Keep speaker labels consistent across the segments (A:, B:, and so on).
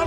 A: eh,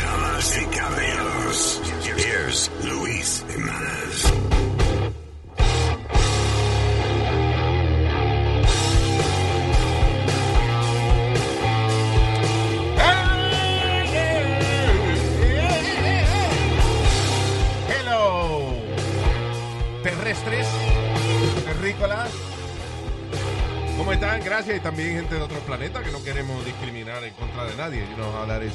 B: Damas y caballeros, here's Luis Jimenez.
A: Hello, terrestres, terrícolas. ¿Cómo están? Gracias. Y también gente de otros planetas que no queremos discriminar en contra de nadie. You know how that is.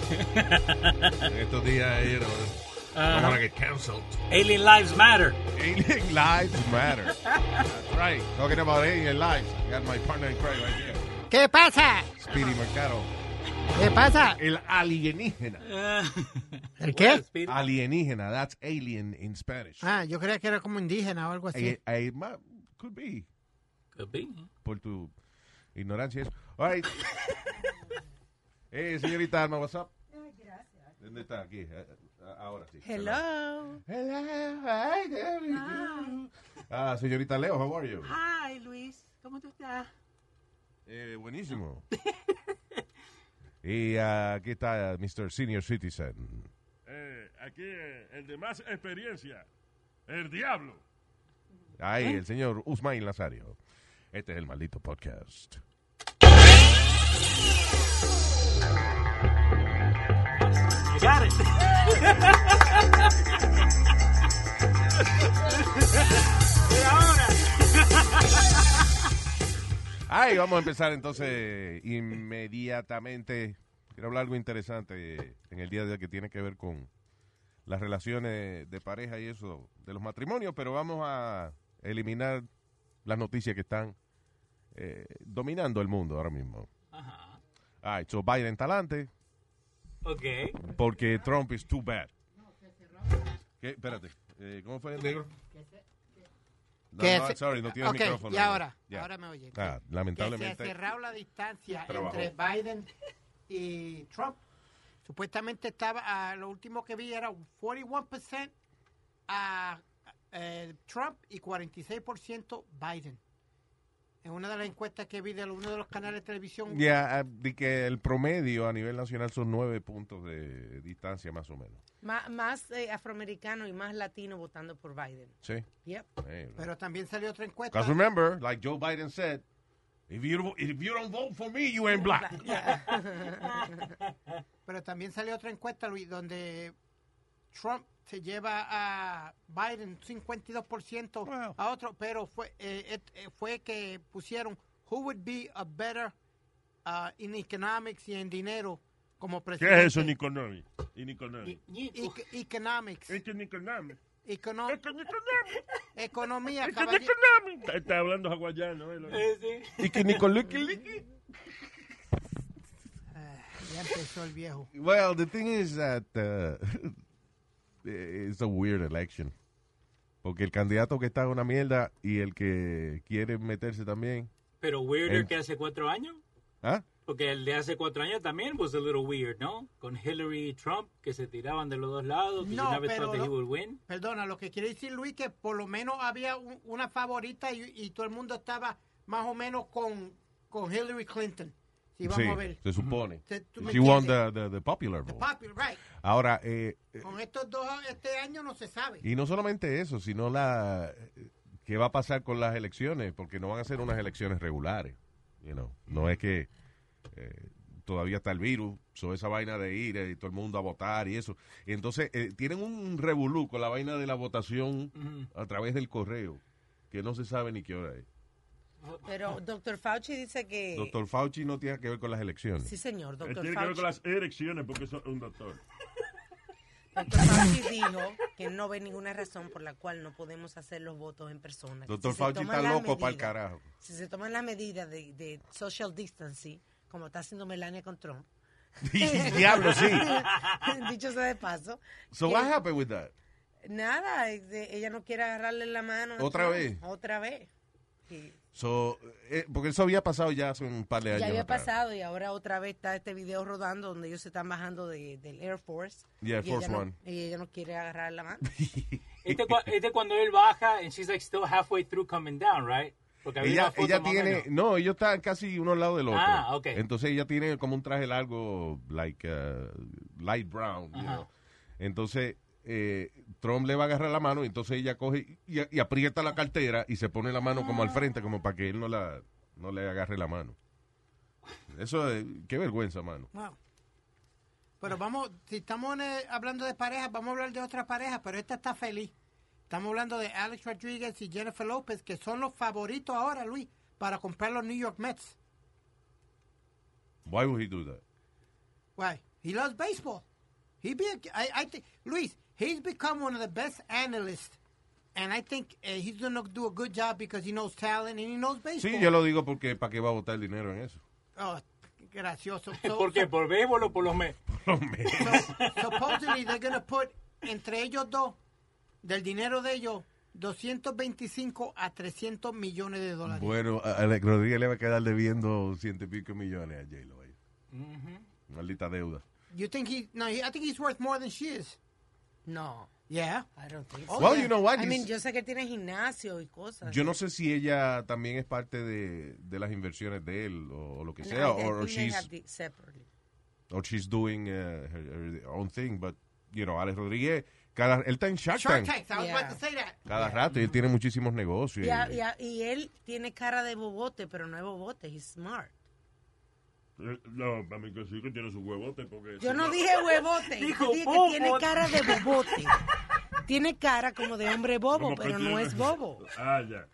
A: en estos días, you know, don't wanna get canceled.
C: Alien Lives Matter.
A: Alien lives matter. That's right. Talking about alien lives. I got my partner in crime right here.
D: ¿Qué pasa?
A: Speedy Mercado.
D: ¿Qué pasa?
A: El alienígena.
D: Ah, ¿El qué?
C: Speedy.
A: Alienígena. That's alien in Spanish.
D: Ah, yo creía que era como indígena o algo así.
A: Eh, eh, ma- could be.
C: Could be.
A: por tu ignorancia. eso. All right. eh, señorita Alma, what's up? Gracias. ¿Dónde está? Aquí. eh, eh, Ahora sí.
E: Hello.
A: Hello. Hi, there we go. Ah, señorita Leo, how are you?
E: Hi, Luis. ¿Cómo tú estás?
A: Eh, buenísimo. y ah, aquí está Mr. Senior Citizen.
F: Eh, aquí eh, el de más experiencia, el diablo.
A: Ahí, el señor Usmail Nazario. Este es el maldito podcast.
C: You got it.
A: Ay, vamos a empezar entonces inmediatamente. Quiero hablar algo interesante en el día de hoy que tiene que ver con las relaciones de pareja y eso, de los matrimonios, pero vamos a eliminar las noticias que están eh, dominando el mundo ahora mismo. Ajá. so Biden está adelante
C: Okay.
A: porque Trump is too bad. ¿Qué? Espérate, eh, ¿cómo fue el negro? No,
D: Que
A: no,
D: se-
A: sorry, no tiene
D: Ok,
A: micrófono.
D: y ahora,
A: Ya.
D: ahora me oye.
A: Ah,
D: Que se ha
A: lamentablemente.
D: cerrado la distancia
A: Trabajo.
D: entre Biden y Trump. Supuestamente estaba, ah, lo último que vi era un 41% a eh, Trump y 46% Biden. En una de las encuestas que vi de uno de los canales de televisión.
A: Ya, ah, de que el promedio a nivel nacional son nueve puntos de distancia más o menos.
E: Má- más eh, afroamericano y más latino votando por Biden.
A: Sí.
E: Yep.
A: Eh,
D: Pero también salió otra encuesta.
A: Because remember, like Joe Biden said, if you, if you don't vote for me, you ain't black.
D: Pero también salió otra encuesta, Luis, donde Trump se lleva a Biden 52%
A: Wow.
D: a otro, pero fue, eh, et- eh, fue que pusieron who would be a better uh, in economics y en dinero como
F: ¿Qué
D: presidente.
F: es eso, Niconomi? Y Niconomi.
D: Ec- economics,
F: Este Niconomi.
D: econo-
F: Este Niconomi.
D: economía,
F: Este
D: caballero.
F: Niconomi. Está- Está hablando hawaiano. ¿eh? lo-
A: y que Nicolás.
F: eh,
D: Ya empezó el viejo.
A: Well, the thing is that uh, eh, it's a weird election. Porque el candidato que está es una mierda y el que quiere meterse también.
C: Pero weirder
A: Eh.
C: que hace cuatro años.
A: ¿Ah?
C: Porque el de hace cuatro años también was a little weird, ¿no? Con Hillary y Trump que se tiraban de los dos lados. que
D: No,
C: you never
D: pero
C: thought that he
D: no.
C: would win.
D: Perdona, lo que quiere decir Luis que por lo menos había un- una favorita y, y todo el mundo estaba más o menos con, con Hillary Clinton. Si vamos
A: sí,
D: a ver.
A: se supone.
D: Te- tú me
A: She won the,
D: entiendes.
A: the, the popular vote.
D: Pues, Papi, right.
A: Ahora, eh,
D: Con estos dos este año no se sabe.
A: Y no solamente eso, sino la qué va a pasar con las elecciones, porque no van a ser unas elecciones regulares. you know. No es que eh, todavía está el virus, so esa vaina de ir eh, y todo el mundo a votar y eso. Y entonces eh, tienen un revolú con la vaina de la votación a través del correo, que no se sabe ni qué hora es.
E: Pero doctor Fauci dice que...
A: Doctor Fauci no tiene que ver con las elecciones.
E: Sí, señor.
F: Eh,
E: Doctor
F: Tiene que ver
E: Fauci,
F: con las erecciones porque es un doctor.
E: Dr. Fauci dijo que no ve ninguna razón por la cual no podemos hacer los votos en persona. que
A: Doctor
E: si se
A: Fauci
E: toman
A: está
E: las
A: loco para el
E: medidas-
A: carajo.
E: Si se toman las medidas de, de social distancing, como está haciendo Melania con Trump,
A: Diablo, sí.
E: dicho sea de paso,
A: So what happened with that?
E: Nada, es de- ella no quiere agarrarle la mano. a
A: ¿Otra
E: Trump.
A: vez?
E: Otra vez. Sí.
A: So, eh, porque eso había pasado ya hace un par de años.
E: Ya había
A: atrás.
E: pasado y ahora otra vez está este video rodando donde ellos se están bajando de- del Air Force.
A: Yeah, Air
E: y ella
A: Force
E: no-
A: One.
E: y ella no quiere agarrar la mano.
C: Este, cua- este cuando él baja, and she's like still halfway through coming down, right? Porque había
A: Ella,
C: una foto
A: ella
C: más o
A: tiene,
C: menos.
A: no, ellos están casi uno al lado del otro.
C: Ah, ok.
A: Entonces ella tiene como un traje largo, like uh, light brown. you
C: Ajá.
A: know. Entonces eh, Trump le va a agarrar la mano y entonces ella coge y, y aprieta la cartera y se pone la mano como
E: Ah.
A: al frente, como para que él no la no le agarre la mano. Eso, es- qué vergüenza, mano.
D: Wow. Pero vamos, si estamos eh, hablando de parejas, vamos a hablar de otras parejas, pero esta está feliz. Estamos hablando de Alex Rodriguez y Jennifer Lopez, que son los favoritos ahora, Luis, para comprar los New York Mets.
A: Why would he do that?
D: Why? He loves baseball. He be, I, I think, Luis, he's become one of the best analysts. And I think eh, he's going to do a good job because he knows talent and he knows baseball.
A: Sí, yo lo digo porque para qué va a botar dinero en eso.
D: Oh, gracioso. So-
C: ¿Por qué? ¿Por béisbol o por los me?
A: Los Mets.
D: So, supposedly they're gonna put entre ellos dos del dinero de ellos 225 a 300 millones de dólares.
A: Bueno, a Alex Rodríguez le va a quedar debiendo ciento y pico millones a J-Lo. ahí. Maldita deuda.
D: You think he? No, he, I think he's worth more than she is.
E: No,
D: Yeah.
E: I don't think
D: Oh,
E: so.
A: well,
D: yeah.
A: you know what?
E: I mean,
A: He's-
E: yo sé que tiene gimnasio y cosas.
A: yo no sé si ella también es parte de, de las inversiones de él o, o lo que
E: And
A: sea,
E: I think
A: or, or
E: they
A: she's,
E: have the- separately.
A: or she's doing uh, her, her own thing, but, you know, Alex Rodríguez, cada, él está en Shark
D: Shark
A: Tank
D: Tank. I was
E: Yeah.
D: about to say that.
A: cada rato y él tiene muchísimos negocios.
E: Y, a-
A: y-
E: y a- y él tiene cara de bobote, pero no es bobote, he's smart.
F: Eh, No, para mí que sí que tiene su huevote porque...
E: Yo
F: si
E: no dije huevote, yo
C: Dijo
E: dije que
C: bobo.
E: tiene cara de bobote. tiene cara como de hombre bobo,
F: como
E: pero
F: que
E: no
F: tiene-
E: es bobo. Oh,
F: Ah, ya.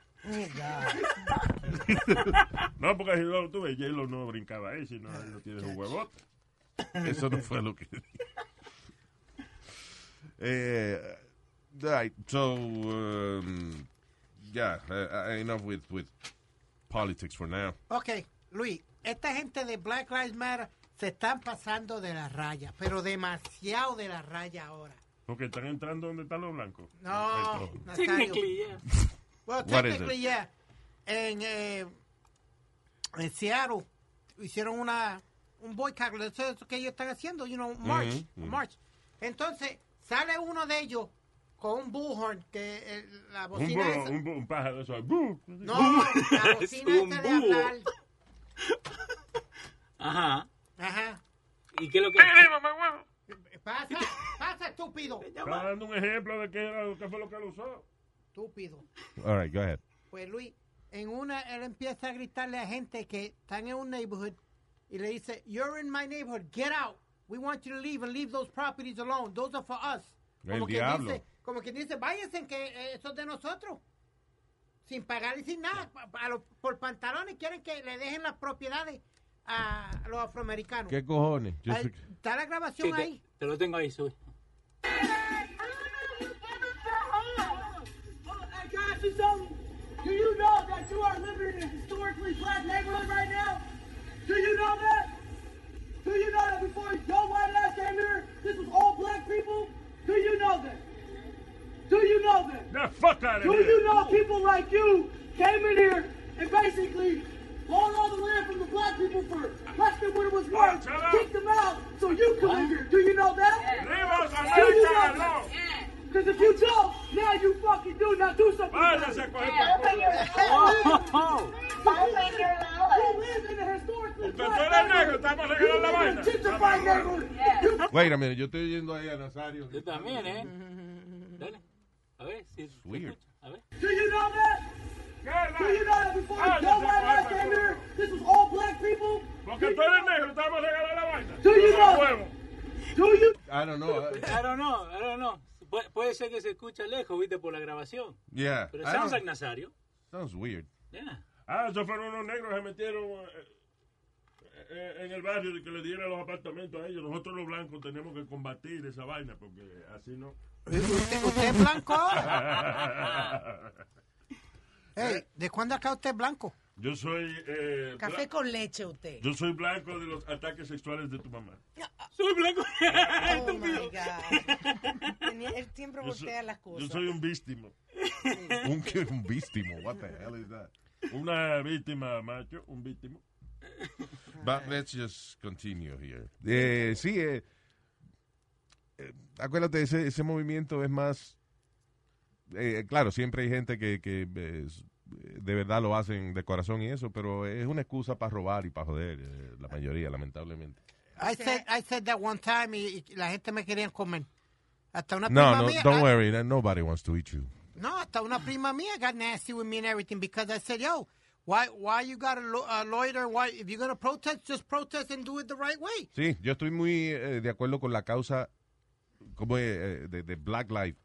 F: No, porque si lo tuve, J-Lo no brincaba ahí, sino él no tiene su huevote.
A: Eso no fue lo que dije. Eh, right, so, um, yeah, uh, uh, enough with, with politics for now.
D: Okay, Luis, esta gente de Black Lives Matter se están pasando de la raya, pero demasiado de la raya ahora.
F: Porque están entrando donde están los blancos.
D: No,
F: Esto.
D: Nazario.
C: Technically, yeah.
D: Well,
A: What is
D: technically,
A: it?
D: yeah. En, eh, en Seattle hicieron una un boicot, eso es lo que ellos están haciendo, you know, march, march. Entonces, sale uno de ellos con un bullhorn que eh, la
F: Un,
D: bocina
F: burro,
D: esa-
F: un, bu- un pájaro, eso. ¡bu!
D: no, la
C: Es
D: bocina
C: un
D: esa de
C: búho.
D: hablar.
C: Ajá.
D: Ajá.
C: ¿Y qué es lo que.?
D: Ah,
F: ¡Eh,
D: Pasa, pasa estúpido,
F: Estaba dando un ejemplo de qué, era, qué fue lo que él usó.
D: estúpido.
A: All right, go ahead.
D: Pues Luis, en una él empieza a gritarle a gente que están en un neighborhood y le dice, "You're in my neighborhood, get out. We want you to leave and leave those properties alone. Those are for us."
A: El
D: que
A: diablo.
D: dice, como que dice, "Váyanse que eh, eso es de nosotros." Sin pagar y sin nada, pa- pa- a los- por pantalones quieren que le dejen las propiedades a los afroamericanos.
A: ¿Qué cojones? Yo
D: Ahí-
A: sé-
D: Está la
C: Sí, te,
D: grabación ahí.
C: te lo tengo ahí, sube.
G: Do you know that you are living in a historically black neighborhood right now? Do you know that? Do you know that before your white ass came here, this was all black people? Do you know that? Do you know that?
F: The fuck out of
G: Do
F: here.
G: you know people like you came in here and basically bought all the land from the black people for less than what it was worth,
F: Shut up.
G: kicked them out so you could live here? Do you know that?
F: ¡Vivos
G: Do you know
F: América,
G: that?
F: no!
G: Because if you don't, now you fucking do. Now do something. about
F: Váyase
G: it.
F: con esta cosa.
C: Oh,
G: You live in a historically
F: Usted
G: black
F: era negro,
G: neighborhood.
F: estamos regalando la
G: You live in a
F: vaina.
G: gentrified neighborhood. You
A: Wait a minute, yo estoy oyendo ahí a Nazario.
C: Yo también, ¿eh? Dale. A ver, si. te
A: weird.
C: escucho. A ver.
G: Do you know that? eh, Do you know that before
F: Ah,
G: Joe
F: ya se
G: Biden
F: fue,
G: came
F: se
G: here,
F: fue.
G: this was all black people?
F: Porque tú eres negro, estamos regalando la vaina.
G: Do you
F: Toma
G: know-
F: huevo.
G: Do you?
A: I don't know. I-
C: I don't know, I don't know. Pu- puede ser que se escucha lejos, viste, por la grabación.
A: Yeah.
C: Pero
A: I
C: sounds like
A: don't-
C: Nazario.
A: sounds weird.
C: Yeah.
F: Ah, esos fueron unos negros que se metieron eh, eh, en el barrio de que le dieron los apartamentos a ellos. Nosotros los blancos tenemos que combatir esa vaina porque así no.
D: eh, ¿Usted, usted es blanco ahora? Ey, ¿De cuándo acá usted es blanco?
F: Yo soy eh,
E: Café
F: bla-
E: con leche usted.
F: yo soy blanco de los ataques sexuales de tu mamá.
C: Soy blanco.
E: Oh my God. Tenía- él siempre
F: Yo soy,
E: voltea las
F: yo
E: cosas.
F: soy un víctima.
A: un, un vístimo. What the hell is that?
F: Una víctima, macho, un víctima.
H: But let's just continue here.
A: Eh, sí, eh, eh, acuérdate, ese, ese movimiento es más... eh, claro, siempre hay gente que, que, eh, s- de verdad lo hacen de corazón y eso, pero es una excusa para robar y para joder, eh, la mayoría, lamentablemente.
D: I said, I said that one time y, y la gente me querían comer. Hasta una
A: No,
D: prima
A: no,
D: mía.
A: don't
D: I-
A: worry, nobody wants to eat you.
D: No, hasta una prima mía got nasty with me and everything because I said, yo, why, why you got to lo uh, loiter? Why, if you're going to protest, just protest and do it the right way.
A: Sí, yo estoy muy eh, de acuerdo con la causa como eh, de, de Black Lives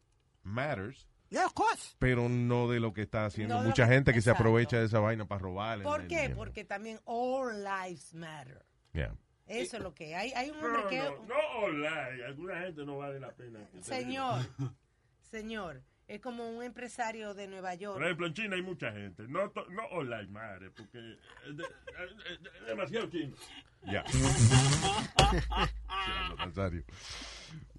A: Matters,
D: Yeah, of course.
A: pero no de lo que está haciendo
E: No de lo
A: mucha
E: que-
A: gente que se
E: exacto.
A: aprovecha de esa vaina para robar.
E: ¿Por qué?
A: Yeah.
E: Porque también all lives matter.
A: Yeah.
E: Eso es lo que hay. Hay un
F: No,
E: hombre que...
F: no, no, online. Alguna gente no vale la pena. que se
E: Señor, señor, es como un empresario de Nueva
F: Por
E: York.
F: ejemplo, en China hay mucha gente. No, to- no online, madre, porque es de- es de- es demasiado chino.
A: Yeah. Diablo, Nazario.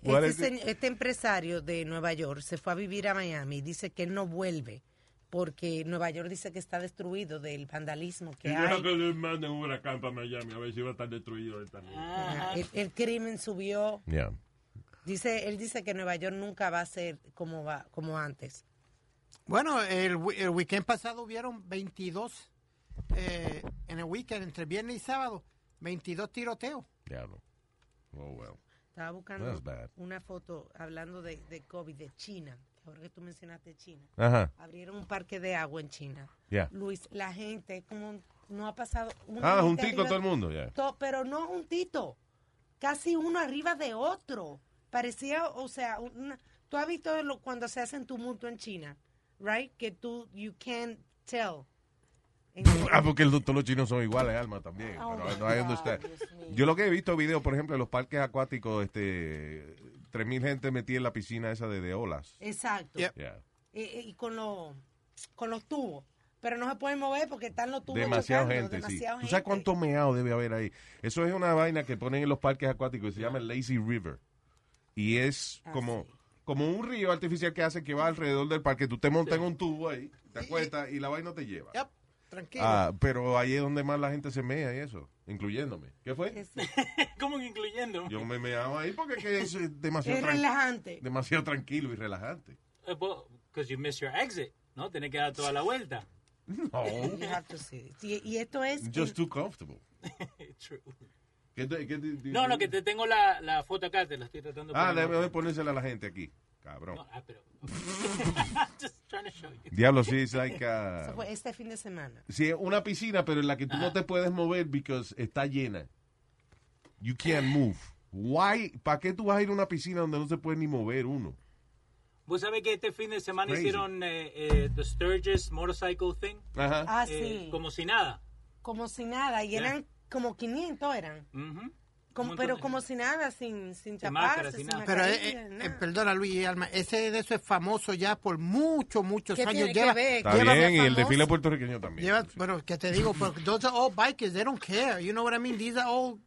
A: What
E: Este,
A: is it?
E: se- este empresario de Nueva York se fue a vivir a Miami y dice que él no vuelve porque Nueva York dice que está destruido del vandalismo
F: Y
E: que
F: deja
E: hay.
F: que le manden un huracán para Miami a ver si va a estar destruido esta
G: Ah.
F: mierda.
E: Ajá, El, el crimen subió.
A: Yeah.
E: Dice, él dice que Nueva York nunca va a ser como va, como antes.
D: Bueno, el, wi- el weekend pasado hubieron 22, eh, en el weekend, entre viernes y sábado, 22 tiroteos.
A: Diablo. Oh, well.
E: Estaba
A: That's
E: buscando
A: bad.
E: una foto hablando de, de COVID de China. Ahora que tú mencionaste China.
A: Ajá.
E: Abrieron un parque de agua en China.
A: Yeah.
E: Luis, la gente como no ha pasado una
A: Ah,
E: gente
A: juntico
E: arriba-
A: todo el mundo, ya.
E: to- pero no juntito. Casi uno arriba de otro. Parecía, o sea, una- tú has visto lo- cuando se hacen tumulto en China, right? Que tú you can't tell. En-
A: Ah, porque el- todos los chinos son iguales, Alma, también.
E: Oh,
A: pero
E: my
A: no hay
E: God,
A: donde está.
E: Dios mío.
A: Yo lo que he visto videos, por ejemplo, en los parques acuáticos, este, 3.000 gente metida en la piscina esa de, de olas.
E: Exacto.
D: Yep.
A: Yeah.
E: Y, y con los con los tubos. Pero no se pueden mover porque están los tubos
A: Demasiado
E: chocando,
A: gente,
E: demasiado
A: sí. ¿Tú
E: gente.
A: sabes cuánto meado debe haber ahí? Eso es una vaina que ponen en los parques acuáticos y se llama Lazy River. Y es
E: Ah,
A: como,
E: sí.
A: como un río artificial que hace que va alrededor del parque. Tú te montas en un tubo ahí, te acuestas y la vaina te lleva.
D: Yep, tranquilo.
A: Ah, pero ahí es donde más la gente se mea y eso, incluyéndome. ¿Qué fue?
E: Es, es
C: ¿Cómo que incluyendo?
A: Yo me meaba ahí porque es, que es, eh, demasiado, tran-
E: relajante.
A: demasiado tranquilo y relajante.
C: Because Eh, you miss your exit, ¿no? Tienes que dar toda la vuelta.
A: No,
E: You have to see. Y, y esto es
A: just too comfortable.
C: True.
A: ¿Qué te- qué te-
C: No, no, que te tengo la, la foto acá, te la estoy tratando de
A: Ah,
C: poner.
A: déjame ponérsela a la gente aquí, cabrón.
C: No, ah, pero... I'm just trying to show you.
A: Diablo, sí, es like uh, a-
E: Eso fue este fin de semana.
A: Sí, es una piscina, pero en la que tú no te puedes mover because está llena. You can't move. Why? ¿Para qué tú vas a ir a una piscina donde no se puede ni mover uno?
C: Vos sabés que este fin de semana
A: Crazy.
C: hicieron eh, eh, the Sturgis motorcycle thing,
A: Ajá.
E: Ah,
C: eh,
E: sí. como,
C: como si nada.
E: si nada. Y
C: Ya.
E: eran como 500 eran.
C: Ujú.
E: Como-
C: Un montón
E: pero
C: de-
E: como si nada, sin, sin
C: Sin
E: taparse,
C: máscara,
E: sin
C: sin nada.
D: Pero, eh,
E: mascarilla,
D: eh,
E: nada.
D: eh, perdona, Luis y Alma, ese de eso es famoso ya por muchos, muchos
E: ¿Qué
D: años.
E: tiene que
D: lleva,
E: ver?
A: Está
E: Lleva
A: bien, y el
E: famoso.
A: desfile puertorriqueño también.
D: lleva- bueno, que te digo, porque those are all bikers, they don't care. You know what I mean? These are all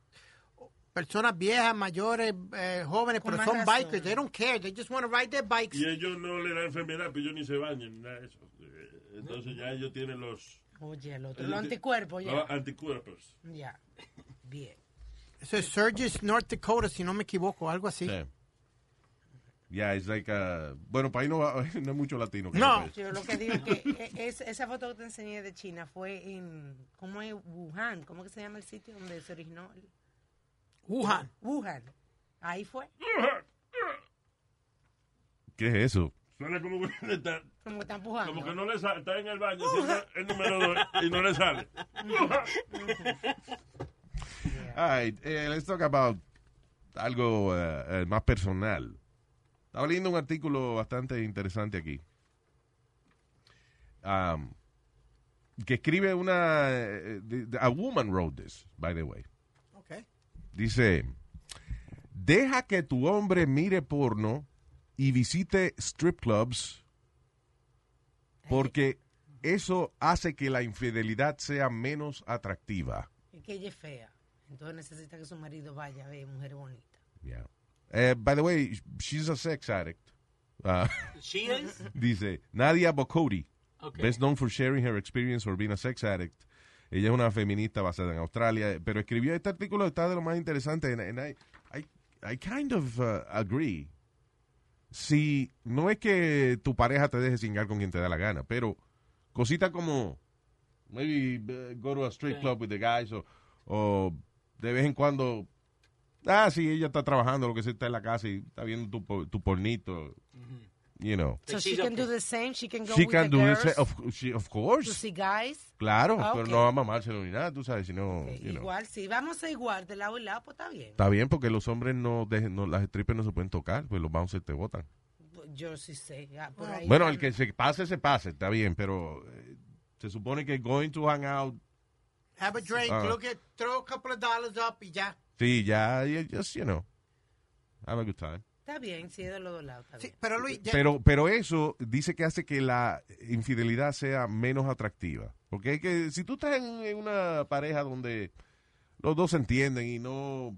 D: personas viejas, mayores, eh, jóvenes,
E: Con
D: pero
E: más
D: son
E: razón.
D: bikers, they don't care. They just want to ride their bikes.
F: Y ellos no le dan enfermedad, pero ellos ni se bañan, ni nada de eso. Eh, Entonces ya ellos tienen los,
E: Oye, el otro.
F: ellos
E: Los
F: ti-
E: anticuerpos, ya.
F: los anticuerpos.
A: Oh.
E: Ya. Bien.
D: Eso es Surges, North Dakota, si no me equivoco, algo así.
A: Sí. Yeah, it's like a- Bueno, para ahí no, va- no hay mucho latino. que
D: No.
A: no puede.
E: Yo lo que digo es que eh, es- esa foto que te enseñé de China fue en. ¿Cómo es Wuhan? ¿Cómo que se llama el sitio donde se originó? el-
D: Wuhan.
E: Wuhan. Ahí fue.
A: ¿Qué es eso?
F: Suena como que, le está-
E: Como que están pujando.
F: como que no le sale, está en el baño, siempre el número dos, y no le sale.
A: All right, eh, let's talk about algo eh, eh, más personal. Estaba leyendo un artículo bastante interesante aquí. Um, que escribe una... eh, de- de- a woman wrote this, by the way.
D: Okay.
A: Dice, deja que tu hombre mire porno y visite strip clubs porque eso hace que la infidelidad sea menos atractiva.
E: Es que ella es fea. Entonces necesita que su marido vaya a ver mujer bonita.
A: Yeah. Eh, by the way, she's a sex addict. Ah,
E: Uh,
C: She is?
A: dice Nadia Bocotti,
C: Okay.
A: Best known for sharing her experience for being a sex addict. Ella es una feminista basada en Australia, pero escribió este artículo, está de lo más interesante, and, and I, I, I kind of uh, agree. Si no es que tu pareja te deje cingar con quien te da la gana, pero cositas como maybe uh, go to a strip
C: Sí.
A: club with the guys o, o de vez en cuando ah sí ella está trabajando lo que sea está en la casa y está viendo tu, po- tu pornito you know
E: So
C: Sí,
E: she
C: sí,
E: can
C: ok.
E: do the same. She can go
A: she
E: with
A: can
E: the
A: do
E: girls,
A: this of, she- of
E: to
A: course
E: see guys.
A: claro
E: Ah,
A: pero
E: ok.
A: no va a mamárselo ni nada tú sabes sino you know.
E: Eh, Igual, sí. Vamos a igual, de lado y lado, pues está bien.
A: está bien porque los hombres no, dejen, no las strippers no se pueden tocar pues los bouncers te botan
E: Pues, Yo sí sé. ya, por ahí.
A: Bueno, el que se pase, se pase, está bien, pero eh, se supone que going to hang out,
D: Have a drink,
A: Ah.
D: look at, throw a couple of dollars up y ya.
A: sí, ya, you just, you know, have a good time.
E: Está bien, sí, de los dos lados. Está
D: Sí,
E: bien.
D: pero Luis, ya-
A: Pero, pero eso dice que hace que la infidelidad sea menos atractiva. Porque es que si tú estás en, en una pareja donde los dos se entienden y no,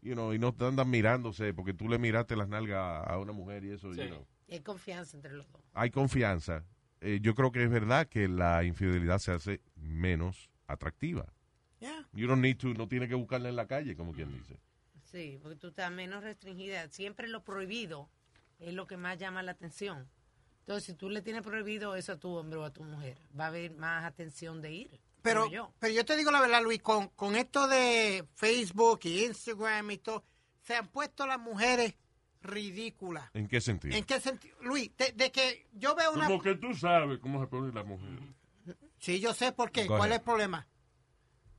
A: you know, y no te andan mirándose porque tú le miraste las nalgas a una mujer y eso,
C: Sí.
A: you know,
E: Hay confianza entre los dos.
A: hay confianza. Eh, yo creo que es verdad que la infidelidad se hace menos atractiva.
D: Yeah.
A: You don't need to, no tiene que buscarla en la calle, como
D: Mm.
A: quien dice.
E: Sí, porque tú estás menos restringida. Siempre lo prohibido es lo que más llama la atención. Entonces, si tú le tienes prohibido eso a tu hombre o a tu mujer, va a haber más atención de ir.
D: Pero,
E: creo yo.
D: pero yo te digo la verdad, Luis, con, con esto de Facebook y Instagram y todo, se han puesto las mujeres ridículas.
A: ¿En qué sentido?
D: ¿En qué sentido? Luis, de, de que yo veo una...
F: Como que tú sabes cómo se pone la mujer.
D: Sí, yo sé por qué.
A: Go
D: ¿Cuál es
A: ahead.
D: el problema?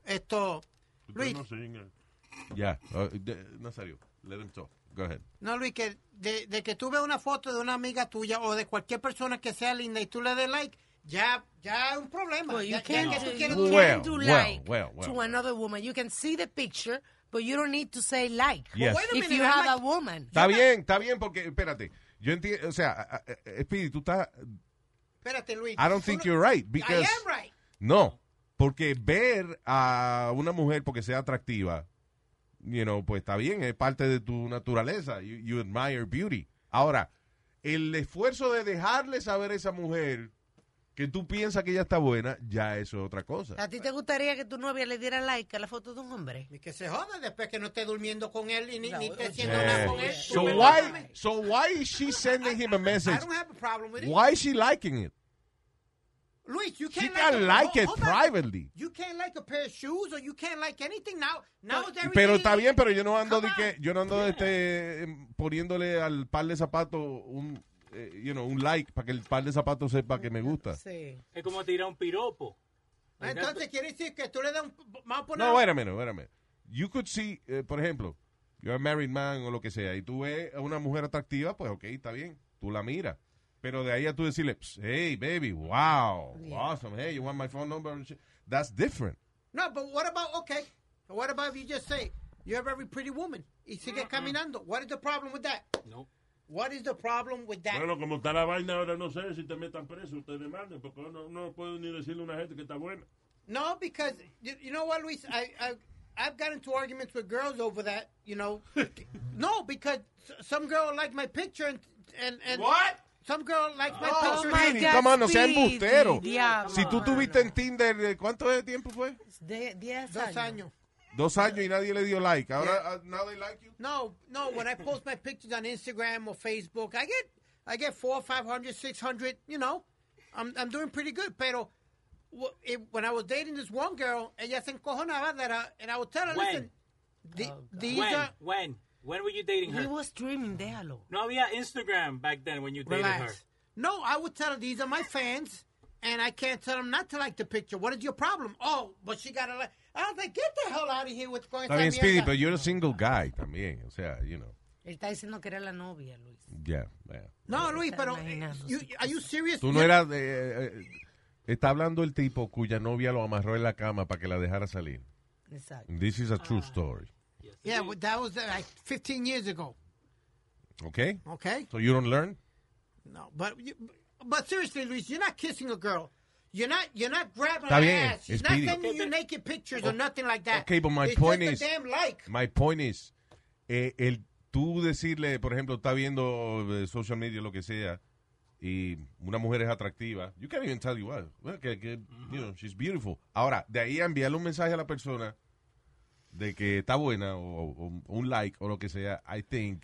D: Esto...
F: Usted
D: Luis,
F: no singa.
A: Ya, uh, de- Nazario, let him talk. Go ahead.
D: No, Luis, que de, de que tú ves una foto de una amiga tuya o de cualquier persona que sea linda y tú le des like, ya, ya es un problema.
E: Well, you
D: ya,
E: can
D: ya que
E: do,
D: tú
E: you
D: quieres-
A: Well,
E: can do
A: well,
E: like
A: well, well,
E: to
A: well.
E: another woman. You can see the picture, but you don't need to say like.
D: Well,
A: Yes.
D: wait a
E: If
D: minute,
E: you
D: I'm
E: have
D: like-
E: a woman.
A: Está bien, está bien, porque, espérate, yo entiendo, o sea, a- a- a- Speedy, tú estás,
D: Espérate, Luis.
A: I don't
D: Tú
A: think
D: no-
A: you're right,
D: I
A: because,
D: am right.
A: no, porque ver a una mujer porque sea atractiva, you know, pues está bien, es parte de tu naturaleza, you, you admire beauty. Ahora, el esfuerzo de dejarle saber a esa mujer que tú piensas que ella está buena, ya eso es otra cosa.
E: ¿A ti te gustaría que tu novia le diera like a la foto de un hombre?
D: Y que se joda después que no esté durmiendo con él y ni,
E: No,
D: ni esté
E: oye.
D: haciendo nada con él.
A: Eh, So
D: Tú me
A: why,
D: perdonas.
A: so why is she sending him a
D: I
A: message?
D: don't have a problem with it.
A: Why is she liking it?
D: Luis, you
A: She
D: can't
A: can
D: a-
A: like it
D: hold on.
A: privately.
D: You can't like a pair of shoes or you can't like anything now. Now everything
A: Pero
D: is-
A: está bien, pero yo no ando de
D: Come
A: que, yo no ando de este, em, poniéndole al par de zapatos un, eh, you know, un like para que el par de zapatos sepa que me gusta.
E: Sí.
C: Es como tirar un piropo.
D: Entonces quiere decir que tú le das un... Vamos a poner...
A: No, wait a minute, wait a minute. You could see, eh, por ejemplo, you're a married man o lo que sea, y tú ves a una mujer atractiva, pues ok, está bien, tú la miras. Pero de ahí a tú decirle, "Ps, hey, baby, wow,
E: Yeah.
A: awesome, hey, you want my phone number? and shit?" That's different.
D: No, but what about okay? What about if you just say you're a very pretty woman? Y sigue caminando. What is the problem with that?
C: No.
D: What is the problem with that?
F: Bueno, como está la vaina ahora, no sé si te metan preso, te demanden, porque no, no puedo ni decirle a una gente que está buena.
D: No, because you, you know what, Luis, I, I I've gotten into arguments with girls over that. You know, no, because s- some girl liked my picture and and and
F: What?
D: Some girl liked my
A: Oh,
D: picture.
A: my
D: and-
A: God. come on, no sea
E: Speedy,
A: embustero.
E: diablo.
A: Si tú tuviste en Tinder, eh, ¿cuánto de tiempo fue?
E: De 10
D: Dos años.
A: Dos años y nadie le dio like.
D: Yeah.
A: Ahora, uh, now they like you.
D: No, no. When I post my pictures on Instagram or Facebook, I get I get four, five hundred, six hundred. You know, I'm I'm doing pretty good. Pero wh- it, when I was dating this one girl, ella se encojonaba that I, and I would tell her,
C: When? Oh,
D: listen, the, these
C: When?
D: are
C: When? When were you dating
E: He
C: her?
E: was dreaming, déjalo.
C: No había Instagram back then when you dated her.
D: relax. No, I would tell her these are my fans, and I can't tell them not to like the picture. What is your problem? Oh, but she got to like. I was like, get the hell out of here with going.
A: Está bien, Speedy, pero you're a single guy también. O sea, you know.
E: Él está diciendo que era la novia, Luis.
A: Yeah, yeah.
D: No, Luis,
E: Está
D: pero
E: imaginando
D: you,
E: sus
D: are you serious?
A: Tú no eras. eh, eh, está hablando el tipo cuya novia lo amarró en la cama para que la dejara salir.
E: Exacto.
A: This is a true story.
D: Yeah, but that was uh, like 15 years ago.
A: Okay?
D: Okay.
A: So you don't learn?
D: No, but you, but seriously, Luis, you're not kissing a girl. You're not you're not grabbing
A: Está
D: her
A: bien,
D: ass. She's not
A: Speedy.
D: sending
C: Okay,
D: you
C: but-
D: naked pictures or nothing like that.
A: okay, but my
D: It's
A: point
D: just a
A: is-
D: damn like.
A: My point is, eh, el tú decirle, por ejemplo, está viendo eh, social media, lo que sea, y, y una mujer es atractiva, you can't even tell you what. Well, que- que, you know, she's beautiful. Ahora, de ahí a enviarle un mensaje a la persona de que está buena o, o- o un like o lo que sea, I think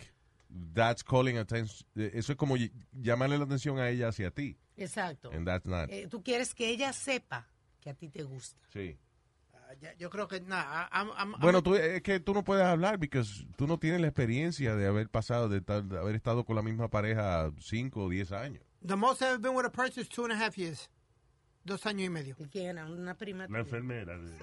A: that's calling attention. eh, Eso es como ll- llamarle la atención a ella hacia ti.
E: Exacto.
A: And that's not.
E: Eh, tú quieres que ella sepa que a ti te gusta.
A: Sí.
D: Ah, ya- yo creo que nada. I'm- I'm- I'm-
A: Bueno, tú, es que tú no puedes hablar porque tú no tienes la experiencia de haber pasado, de, tal- de haber estado con la misma pareja 5 o 10 años.
D: the most I've been with a person is two and a half years. Dos años y medio.
E: ¿Y quién era? Una prima.
F: La
E: tuya.
F: enfermera. de-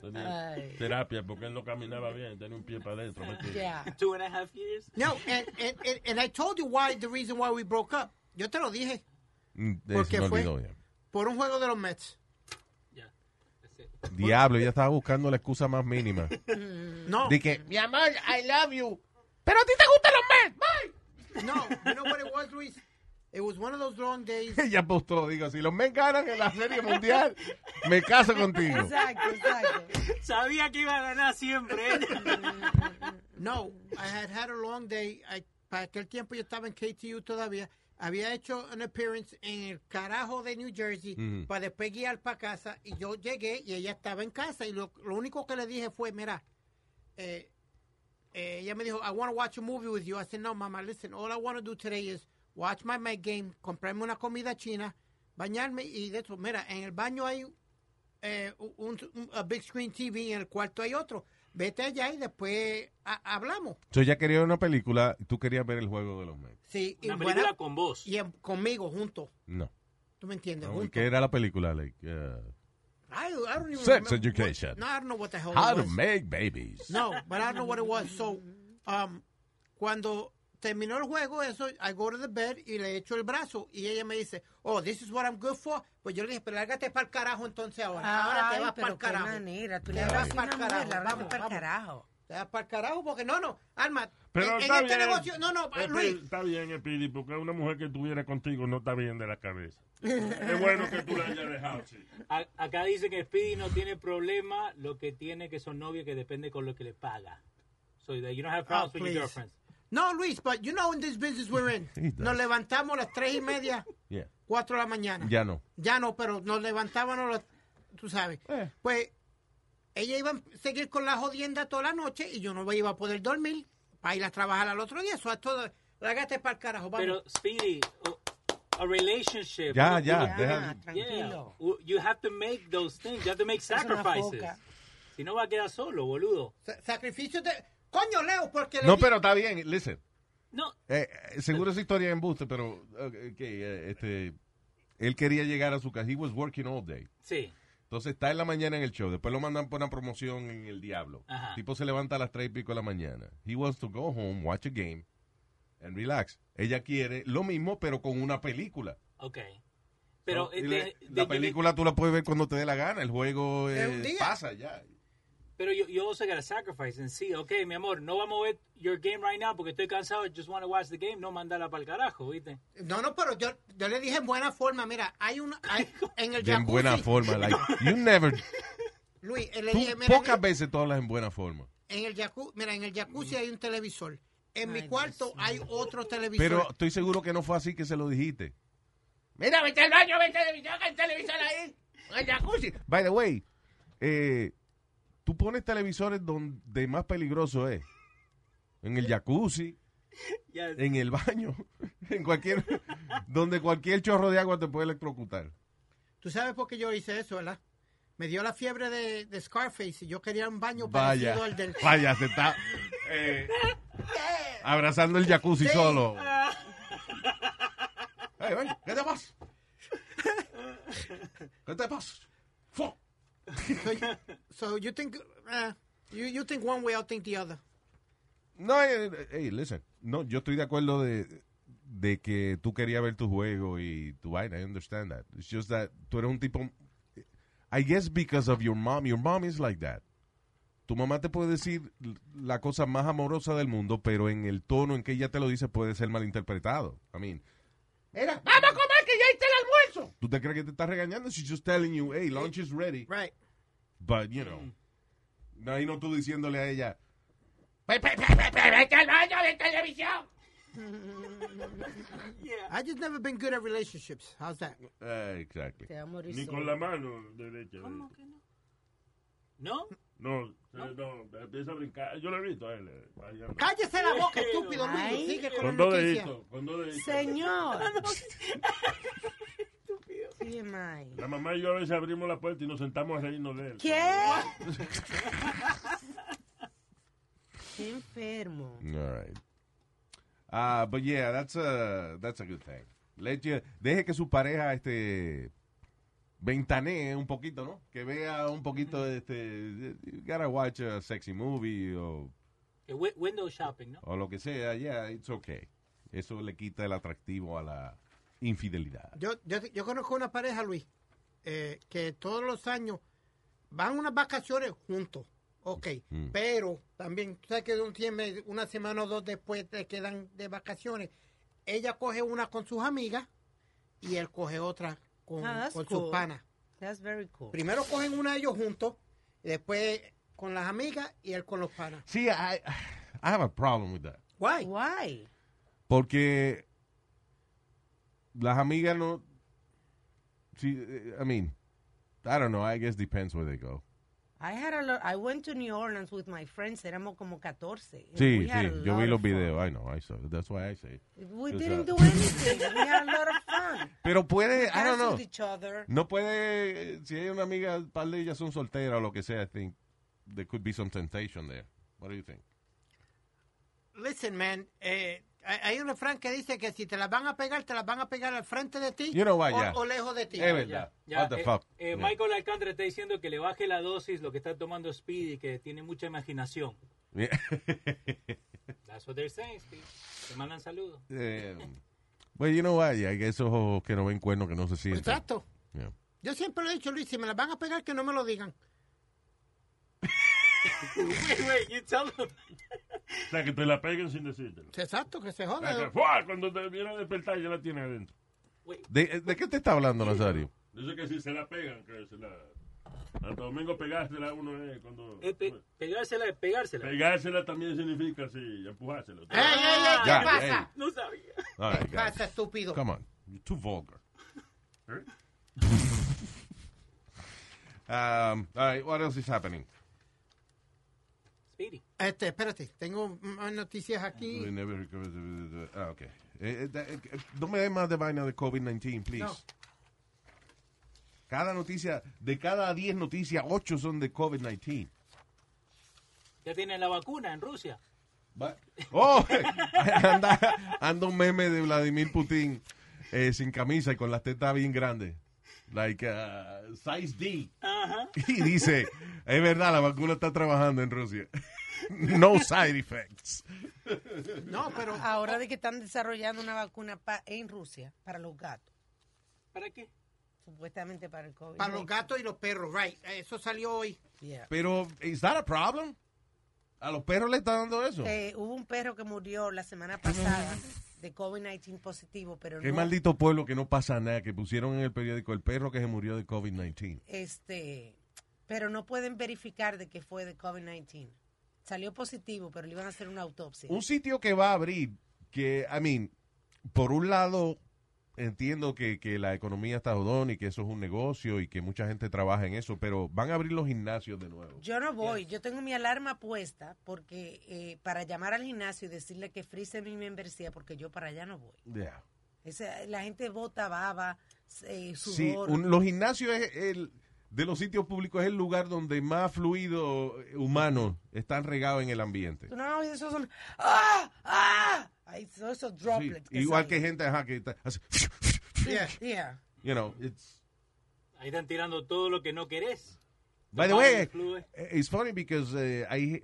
F: Tenía
E: Ay.
F: terapia porque él no caminaba bien, tenía un pie para adentro. ¿me entiendes?
E: Yeah.
C: Two and a half years.
D: No, and, and, and, and I told you why the reason why we broke up. Yo te lo dije.
A: Mm, de-
D: ¿Por
A: se
D: qué
A: me
D: fue?
A: olvidó ya.
D: Por un juego de los Mets.
C: Yeah, that's it.
A: Diablo, ella estaba buscando la excusa más mínima.
D: No.
A: De que, mi amor, I love you. Pero a ti te gustan los Mets, bye.
D: No, you know what it was, Luis? It was one of those long days.
A: Ella apostó, pues, digo, si los Mets ganan en la Serie Mundial, me caso contigo.
E: Exacto, exacto.
C: Sabía que iba a ganar siempre.
D: No, I had had a long day. I, para aquel tiempo yo estaba en KTU todavía. Había hecho un appearance en el carajo de New Jersey
A: Mm.
D: para después guiar para casa. Y yo llegué y ella estaba en casa. Y lo, lo único que le dije fue, mira, eh, eh, ella me dijo, I want to watch a movie with you. I said, no, mama, listen, all I want to do today is watch my Met game, comprarme una comida china, bañarme y de eso. Mira, en el baño hay eh, un, un- a big screen TV y en el cuarto hay otro. Vete allá y después ha- hablamos.
A: Yo ya quería ver una película y tú querías ver el juego de los Mets.
D: Sí, y,
C: Una
D: buena-
C: película con vos.
D: y en- conmigo, juntos.
A: No.
D: ¿Tú me entiendes?
A: No, ¿y
D: juntos.
A: ¿Qué era la película? Like, uh,
D: I, I don't even
A: Sex
D: remember
A: education.
D: what- no, I don't know what the hell
A: how
D: it
A: to
D: was.
A: make babies.
D: No, but I don't know what it was. So, um, cuando terminó el juego, eso, I go to the bed y le echo el brazo. Y ella me dice, oh, this is what I'm good for. Pues yo le dije, pero lárgate para el carajo entonces ahora. ahora te
E: Ay,
D: vas para
E: pero
D: el
E: qué
D: carajo.
E: manera. Tú le
D: Te
E: hablas
D: vas
E: así a
D: pa'l
E: una mujer,
D: carajo,
E: le hablas
D: vamos,
E: para
D: vamos.
E: carajo.
D: Te vas para el carajo porque no, no, Alma.
F: Pero
D: en, en
F: está
D: este
F: bien.
D: negocio, no, no,
A: Eh,
F: Espi-
D: Luis.
F: Está bien, Espiri, porque una mujer que estuviera contigo no está bien de la cabeza. es bueno que tú la hayas dejado, sí.
C: A- acá dice que Speedy no tiene problema, lo que tiene que son novios que depende con lo que le paga. So that you don't have problems
D: Oh,
C: with
D: please.
C: your girlfriends.
D: No, Luis, but you know in this business we're in.
A: He does.
D: Nos levantamos a las tres y media,
A: Yeah.
D: cuatro de la mañana.
A: Ya no.
D: Ya no, pero nos levantábamos, los- tú sabes.
A: Eh.
D: Pues ella iba a seguir con la jodienda toda la noche y yo no iba a poder dormir para ir a trabajar al otro día. Eso es todo. Lágate para el carajo, vamos.
C: Pero Speedy, a, a relationship.
A: Ya,
C: you- you
A: ya,
E: Ya,
C: have-
A: deja-
C: Yeah.
E: tranquilo.
C: You- You have to make those things. You have to make
E: una
C: sacrifices.
E: foca.
C: Si no va a quedar solo, boludo.
D: Sa- sacrificio de... Coño, Leo, porque... le
A: No,
D: di-
A: pero está bien, listen.
C: No,
A: Eh, eh, seguro esa historia es embuste, pero eh, que, eh, este, él quería llegar a su casa. He was working all day.
C: sí.
A: Entonces está en la mañana en el show. Después lo mandan por una promoción en El Diablo.
C: Ajá.
A: El tipo se levanta a las tres y pico de la mañana. He wants to go home, watch a game, and relax. Ella quiere lo mismo, pero con una película.
C: Okay. Pero
A: Y
C: eh,
A: le-
C: de-
A: la
C: de-
A: película tú la puedes ver cuando te dé la gana. El juego
D: Es
A: eh,
D: un día.
A: pasa ya.
C: Pero yo, yo also gotta sacrifice and see, okay, mi amor, no vamos a ver your game right now porque estoy cansado, I just want to watch the game, no mandala para el carajo, ¿viste?
D: No, no, pero yo, yo le dije en buena forma, mira, hay una... hay- en el
A: De en
D: jacuzzi,
A: buena forma. Like, you never.
D: Luis, eh, le
A: tú-
D: dije, mira,
A: pocas
D: en-
A: veces tú hablas en buena forma.
D: en el jacuzzi, mira, en el jacuzzi hay un televisor. En mi
E: Ay,
D: cuarto hay otro televisor.
A: Pero estoy seguro que no fue así que se lo dijiste.
D: Mira, vete al baño, vete al televisor, el televisor ahí. El jacuzzi.
A: By the way, eh, tú pones televisores donde más peligroso es. En el jacuzzi,
C: Yes.
A: en el baño, en cualquier donde cualquier chorro de agua te puede electrocutar.
D: Tú sabes por qué yo hice eso, ¿verdad? Me dio la fiebre de, de Scarface y yo quería un baño
A: Vaya,
D: parecido al del...
A: vaya, se está eh, abrazando el jacuzzi solo. Ay, ven, ¿qué te pasa? ¿Qué te pasa? Fu.
D: So, you- so you think... eh, you, you think one way, I think the other.
A: No, eh, eh, hey, listen. No, yo estoy de acuerdo de, de que tú querías ver tu juego y tu vaina. I understand that. It's just that tú eres un tipo. I guess because of your mom. Your mom is like that. Tu mamá te puede decir la cosa más amorosa del mundo, pero en el tono en que ella te lo dice puede ser malinterpretado. I mean,
D: Mira, vamos a comer que ya está el almuerzo.
A: ¿tú te crees que te está regañando? She's just telling you, hey, lunch is ready.
D: Right.
A: But, you know. Ahí no tú diciéndole a ella,
D: Vete al baño, de televisión.
C: Yeah.
D: I just never been good at relationships. How's that?
A: Eh, exactly.
E: Te va a morir
F: Ni con
E: solo.
F: la mano derecha.
C: ¿Cómo que no? ¿No?
F: No, eh, no, empieza a brincar. Yo lo he visto a él. eh, bailando.
D: Cállese la boca, estúpido
E: Ay.
D: Luis. Sigue
F: Con
D: con la
F: dos
D: noticia.
F: deditos, con dos deditos.
E: Señor. TMI.
F: La mamá y yo a veces abrimos la puerta y nos sentamos a reírnos de él.
E: ¿Qué? Qué enfermo.
A: All right. Ah, but yeah, that's a, that's a good thing. Let you- deje que su pareja este ventanee un poquito, ¿no? Que vea un poquito de este you gotta watch a sexy movie o,
C: Eh, wi- Window shopping, ¿no?
A: o lo que sea, yeah, it's okay. Eso le quita el atractivo a la infidelidad.
D: Yo, yo, yo conozco una pareja, Luis, eh, que todos los años van unas vacaciones juntos. Ok,
A: Mm.
D: pero también, tú sabes que de un tiempo, una semana o dos después te quedan de vacaciones. Ella coge una con sus amigas y él coge otra con,
E: Ah, that's
D: con
E: cool.
D: sus panas.
E: That's very cool.
D: Primero cogen una ellos juntos, y después con las amigas y él con los panas.
A: Sí, I, I have a problem with that.
D: Guay.
E: Why?
A: Porque las amigas no. Sí, eh, I mean, I don't know. I guess depends where they go.
E: I had a lot, I went to New Orleans with my friends, éramos como 14.
A: Sí,
E: We had
A: sí.
E: a
A: Yo vi
E: lot
A: los
E: of fun.
A: videos. ¿eh? I know. I saw. That's why I say.
E: We
A: Yo
E: didn't
A: sabe.
E: do anything. We had a lot of fun.
A: Pero puede. I don't
E: Danced
A: know.
E: with each other.
A: No puede. eh, Si hay una amiga, un par de ellas son solteras o lo que sea, I think there could be some temptation there. What do you think?
D: Listen, man, eh, hay hay un refrán que dice que si te las van a pegar, te las van a pegar al frente de ti
A: You know what,
D: o,
A: yeah.
D: o lejos de ti.
A: Es verdad. What the
C: eh,
A: fuck?
C: eh,
A: Yeah.
C: Michael Alcántara está diciendo que le baje la dosis lo que está tomando Speedy, que tiene mucha imaginación.
A: Yeah.
C: That's what they're saying, Speedy. Te mandan saludos.
A: Eh, well, you know what? Yeah, I guess esos que no ven cuernos que no se sienten.
D: Exacto.
A: Yeah.
D: Yo siempre lo he dicho, Luis, si me las van a pegar, que no me lo digan.
C: Wait, wait, you tell them.
F: O sea, que te la peguen sin decírtelo.
D: Exacto, que se
F: O sea, que,
D: joda.
F: ¡fua! Cuando te viene a despertar ya la tiene adentro.
A: ¿De, de qué te está hablando, Nazario?
F: Dice que si se la pegan, que se la... Hasta domingo pegársela uno es cuando...
C: Eh, pe- pegársela es pegársela.
F: Pegársela también significa, sí, empujársela.
D: ¡Ey, ey, ey! ¿Qué
A: Ya,
D: pasa?
C: no sabía.
A: All right,
D: ¿Qué
A: guys.
D: pasa, estúpido?
A: Come on. You're too vulgar.
F: ¿Eh?
A: Um, all right, what else is happening?
C: Speedy.
D: Este, espérate, tengo más noticias aquí.
A: We never recovered the- the- Ah, okay. Eh, eh, da- eh, no me des más de vaina de COVID-19, please.
D: No.
A: Cada noticia, de cada 10 noticias, 8 son de COVID-19.
C: Ya tienen la vacuna en Rusia.
A: Va- Oh, anda, anda un meme de Vladimir Putin eh, sin camisa y con las tetas bien grandes. Like uh, size D. Y dice, es verdad, la vacuna está trabajando en Rusia. No side effects.
D: No, pero
E: Ahora de que están desarrollando una vacuna pa- en Rusia para los gatos,
C: ¿Para qué?
E: supuestamente para el COVID.
D: para los gatos y los perros, right. Eso salió hoy.
E: Yeah.
A: Pero, ¿is that a problem? ¿A los perros le está dando eso?
E: Eh, hubo un perro que murió la semana pasada de COVID-19 positivo, pero
A: Qué
E: no,
A: maldito pueblo que no pasa nada, que pusieron en el periódico el perro que se murió de COVID-19.
E: este, pero no pueden verificar de que fue de COVID-19. Salió positivo, pero le iban a hacer una autopsia.
A: un sitio que va a abrir, que, I mean, por un lado, entiendo que, que la economía está jodón y que eso es un negocio y que mucha gente trabaja en eso, pero van a abrir los gimnasios de nuevo.
E: Yo no voy, yo tengo mi alarma puesta porque eh, para llamar al gimnasio y decirle que frise mi membresía porque yo para allá no voy.
A: Yeah.
E: Ese- la gente bota baba, eh,
A: Sí,
E: sudor.
A: un- los gimnasios es el, de los sitios públicos es el lugar donde más fluido humano están regados en el ambiente.
E: Tú no, esos son ¡Ah! ¡Ah! Ahí son esos
A: Sí,
E: droplets.
A: igual que
E: salen.
A: gente ajá, que está, hace,
D: Yeah.
E: Yeah.
A: you know, it's-
C: Ahí están tirando todo lo que no querés.
A: By the
C: Tomar
A: way,
C: el flujo.
A: it's funny because eh, hay,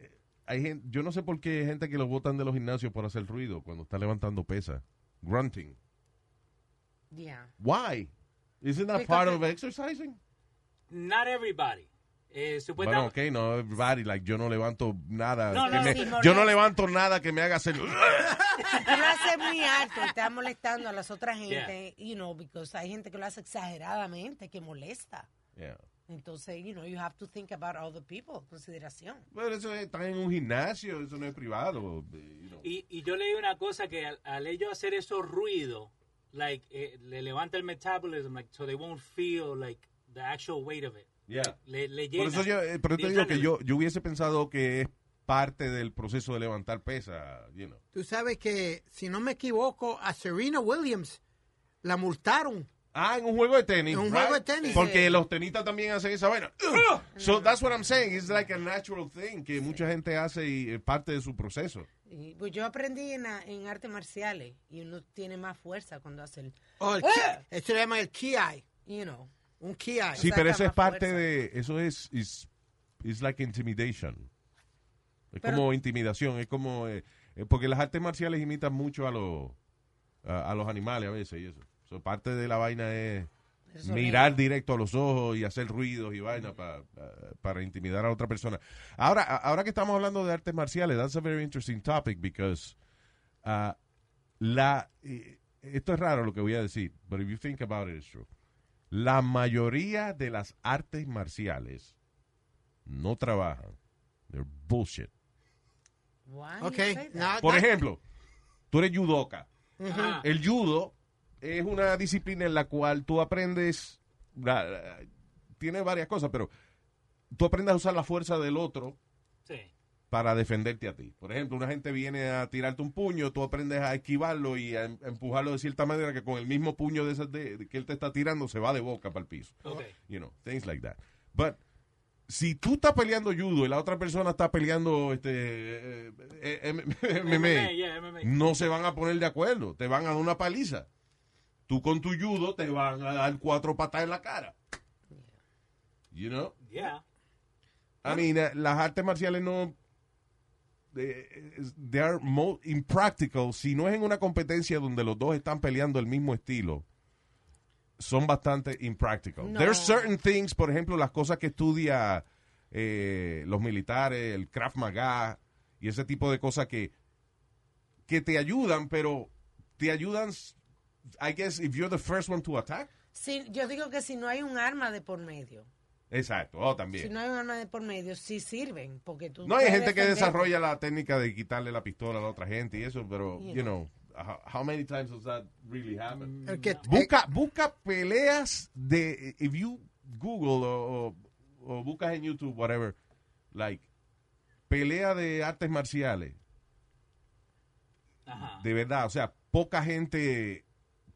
A: hay gen- yo no sé por qué hay gente que lo botan de los gimnasios por hacer ruido cuando está levantando pesa. Grunting.
E: Yeah.
A: Why? Isn't that
E: Because
A: part
E: it-
A: of exercising?
C: Not everybody. Eh,
A: Bueno,
C: supuestamente.
A: ok, no, everybody, like, yo no levanto nada.
C: No,
A: que
C: no,
A: me-
E: sí,
A: yo
E: molesta.
A: no levanto nada que me haga hacer...
E: Tú lo haces muy alto y estás molestando a las otras gente, you know, because hay gente que lo hace exageradamente, que molesta.
A: Yeah.
E: Entonces, you know, you have to think about other people, consideración.
A: Bueno, eso está en un gimnasio, eso no es privado. you know.
C: Y, y yo leí una cosa que al, al ellos hacer esos ruidos, like, eh, le levanta el metabolism, like, so they won't feel, like, the actual weight of it.
A: Yeah.
C: Le, le llena.
A: Por eso yo, eh, por eso te
C: The
A: digo que
C: adrenaline.
A: yo, yo hubiese pensado que es parte del proceso de levantar pesa, you know.
D: Tú sabes que, si no me equivoco, a Serena Williams la multaron.
A: Ah, en un juego de tenis.
D: En un
A: right?
D: juego de tenis.
A: Porque los tenistas también hacen esa vaina. So that's what I'm saying. It's like a natural thing que mucha gente hace y es parte de su proceso.
E: Y, pues yo aprendí en, a- en artes marciales y uno tiene más fuerza cuando hace el,
D: O el
E: ¡Ah!
D: ki- Eso se llama el ki
E: you know.
D: Un ki eye.
A: Sí,
E: Saca
A: pero eso es
E: más
A: parte
E: fuerza.
A: de. Eso es. It's, it's like intimidation. Es
E: Pero-
A: como intimidación. Es como. eh, eh, porque las artes marciales imitan mucho a los. A, a los animales a veces y eso. So, parte de la vaina es.
E: Eso
A: mirar directo a los ojos y hacer ruidos y vaina pa- pa- para intimidar a otra persona. Ahora, a- ahora que estamos hablando de artes marciales, that's a very interesting topic because uh, la eh, esto es raro lo que voy a decir, but if you think about it, it's true. La mayoría de las artes marciales no trabajan. They're bullshit.
E: Why you
D: Ok.
E: say that?
D: now
A: Por
D: that-
A: ejemplo, tú eres judoka.
C: Ajá.
A: El judo es una disciplina en la cual tú aprendes, la- la- tiene varias cosas, pero tú aprendes a usar la fuerza del otro
C: Sí.
A: para defenderte a ti. Por ejemplo, una gente viene a tirarte un puño, tú aprendes a esquivarlo y a em- a empujarlo de cierta manera que con el mismo puño de esas de- de que él te está tirando se va de boca para el piso
C: Ok.
A: you know, things like that. But si tú estás peleando judo y la otra persona está peleando este eh, eh, M- Mm. MMA,
C: E, yeah, MMA.
A: no se van a poner de acuerdo, te van a dar una paliza. Tú con tu judo te van a dar cuatro patas en la cara. You know?
C: Yeah.
E: Ah.
A: I mean, eh, las artes marciales no eh, eh, they are more impractical si no es en una competencia donde los dos están peleando el mismo estilo. Son bastante impractical.
E: No.
A: There are certain things, por ejemplo, las cosas que estudia eh, los militares, el Krav Maga y ese tipo de cosas que que te ayudan, pero te ayudan I guess if you're the first one to attack.
E: Si- yo digo que si no hay un arma de por medio,
A: Exacto, oh,
E: si
A: también.
E: no hay un arma de por medio, sí sirven, porque tú
A: No, hay
E: puedes
A: gente que
E: defenderte.
A: desarrolla la técnica de quitarle la pistola a la otra gente y eso, pero,
E: Yeah.
A: you know, how, how many times does that really happen?
D: el que-
A: Busca, busca peleas de, if you Google o, o- o buscas en YouTube, whatever, like, pelea de artes marciales,
C: Ajá.
A: de verdad, o sea, poca gente,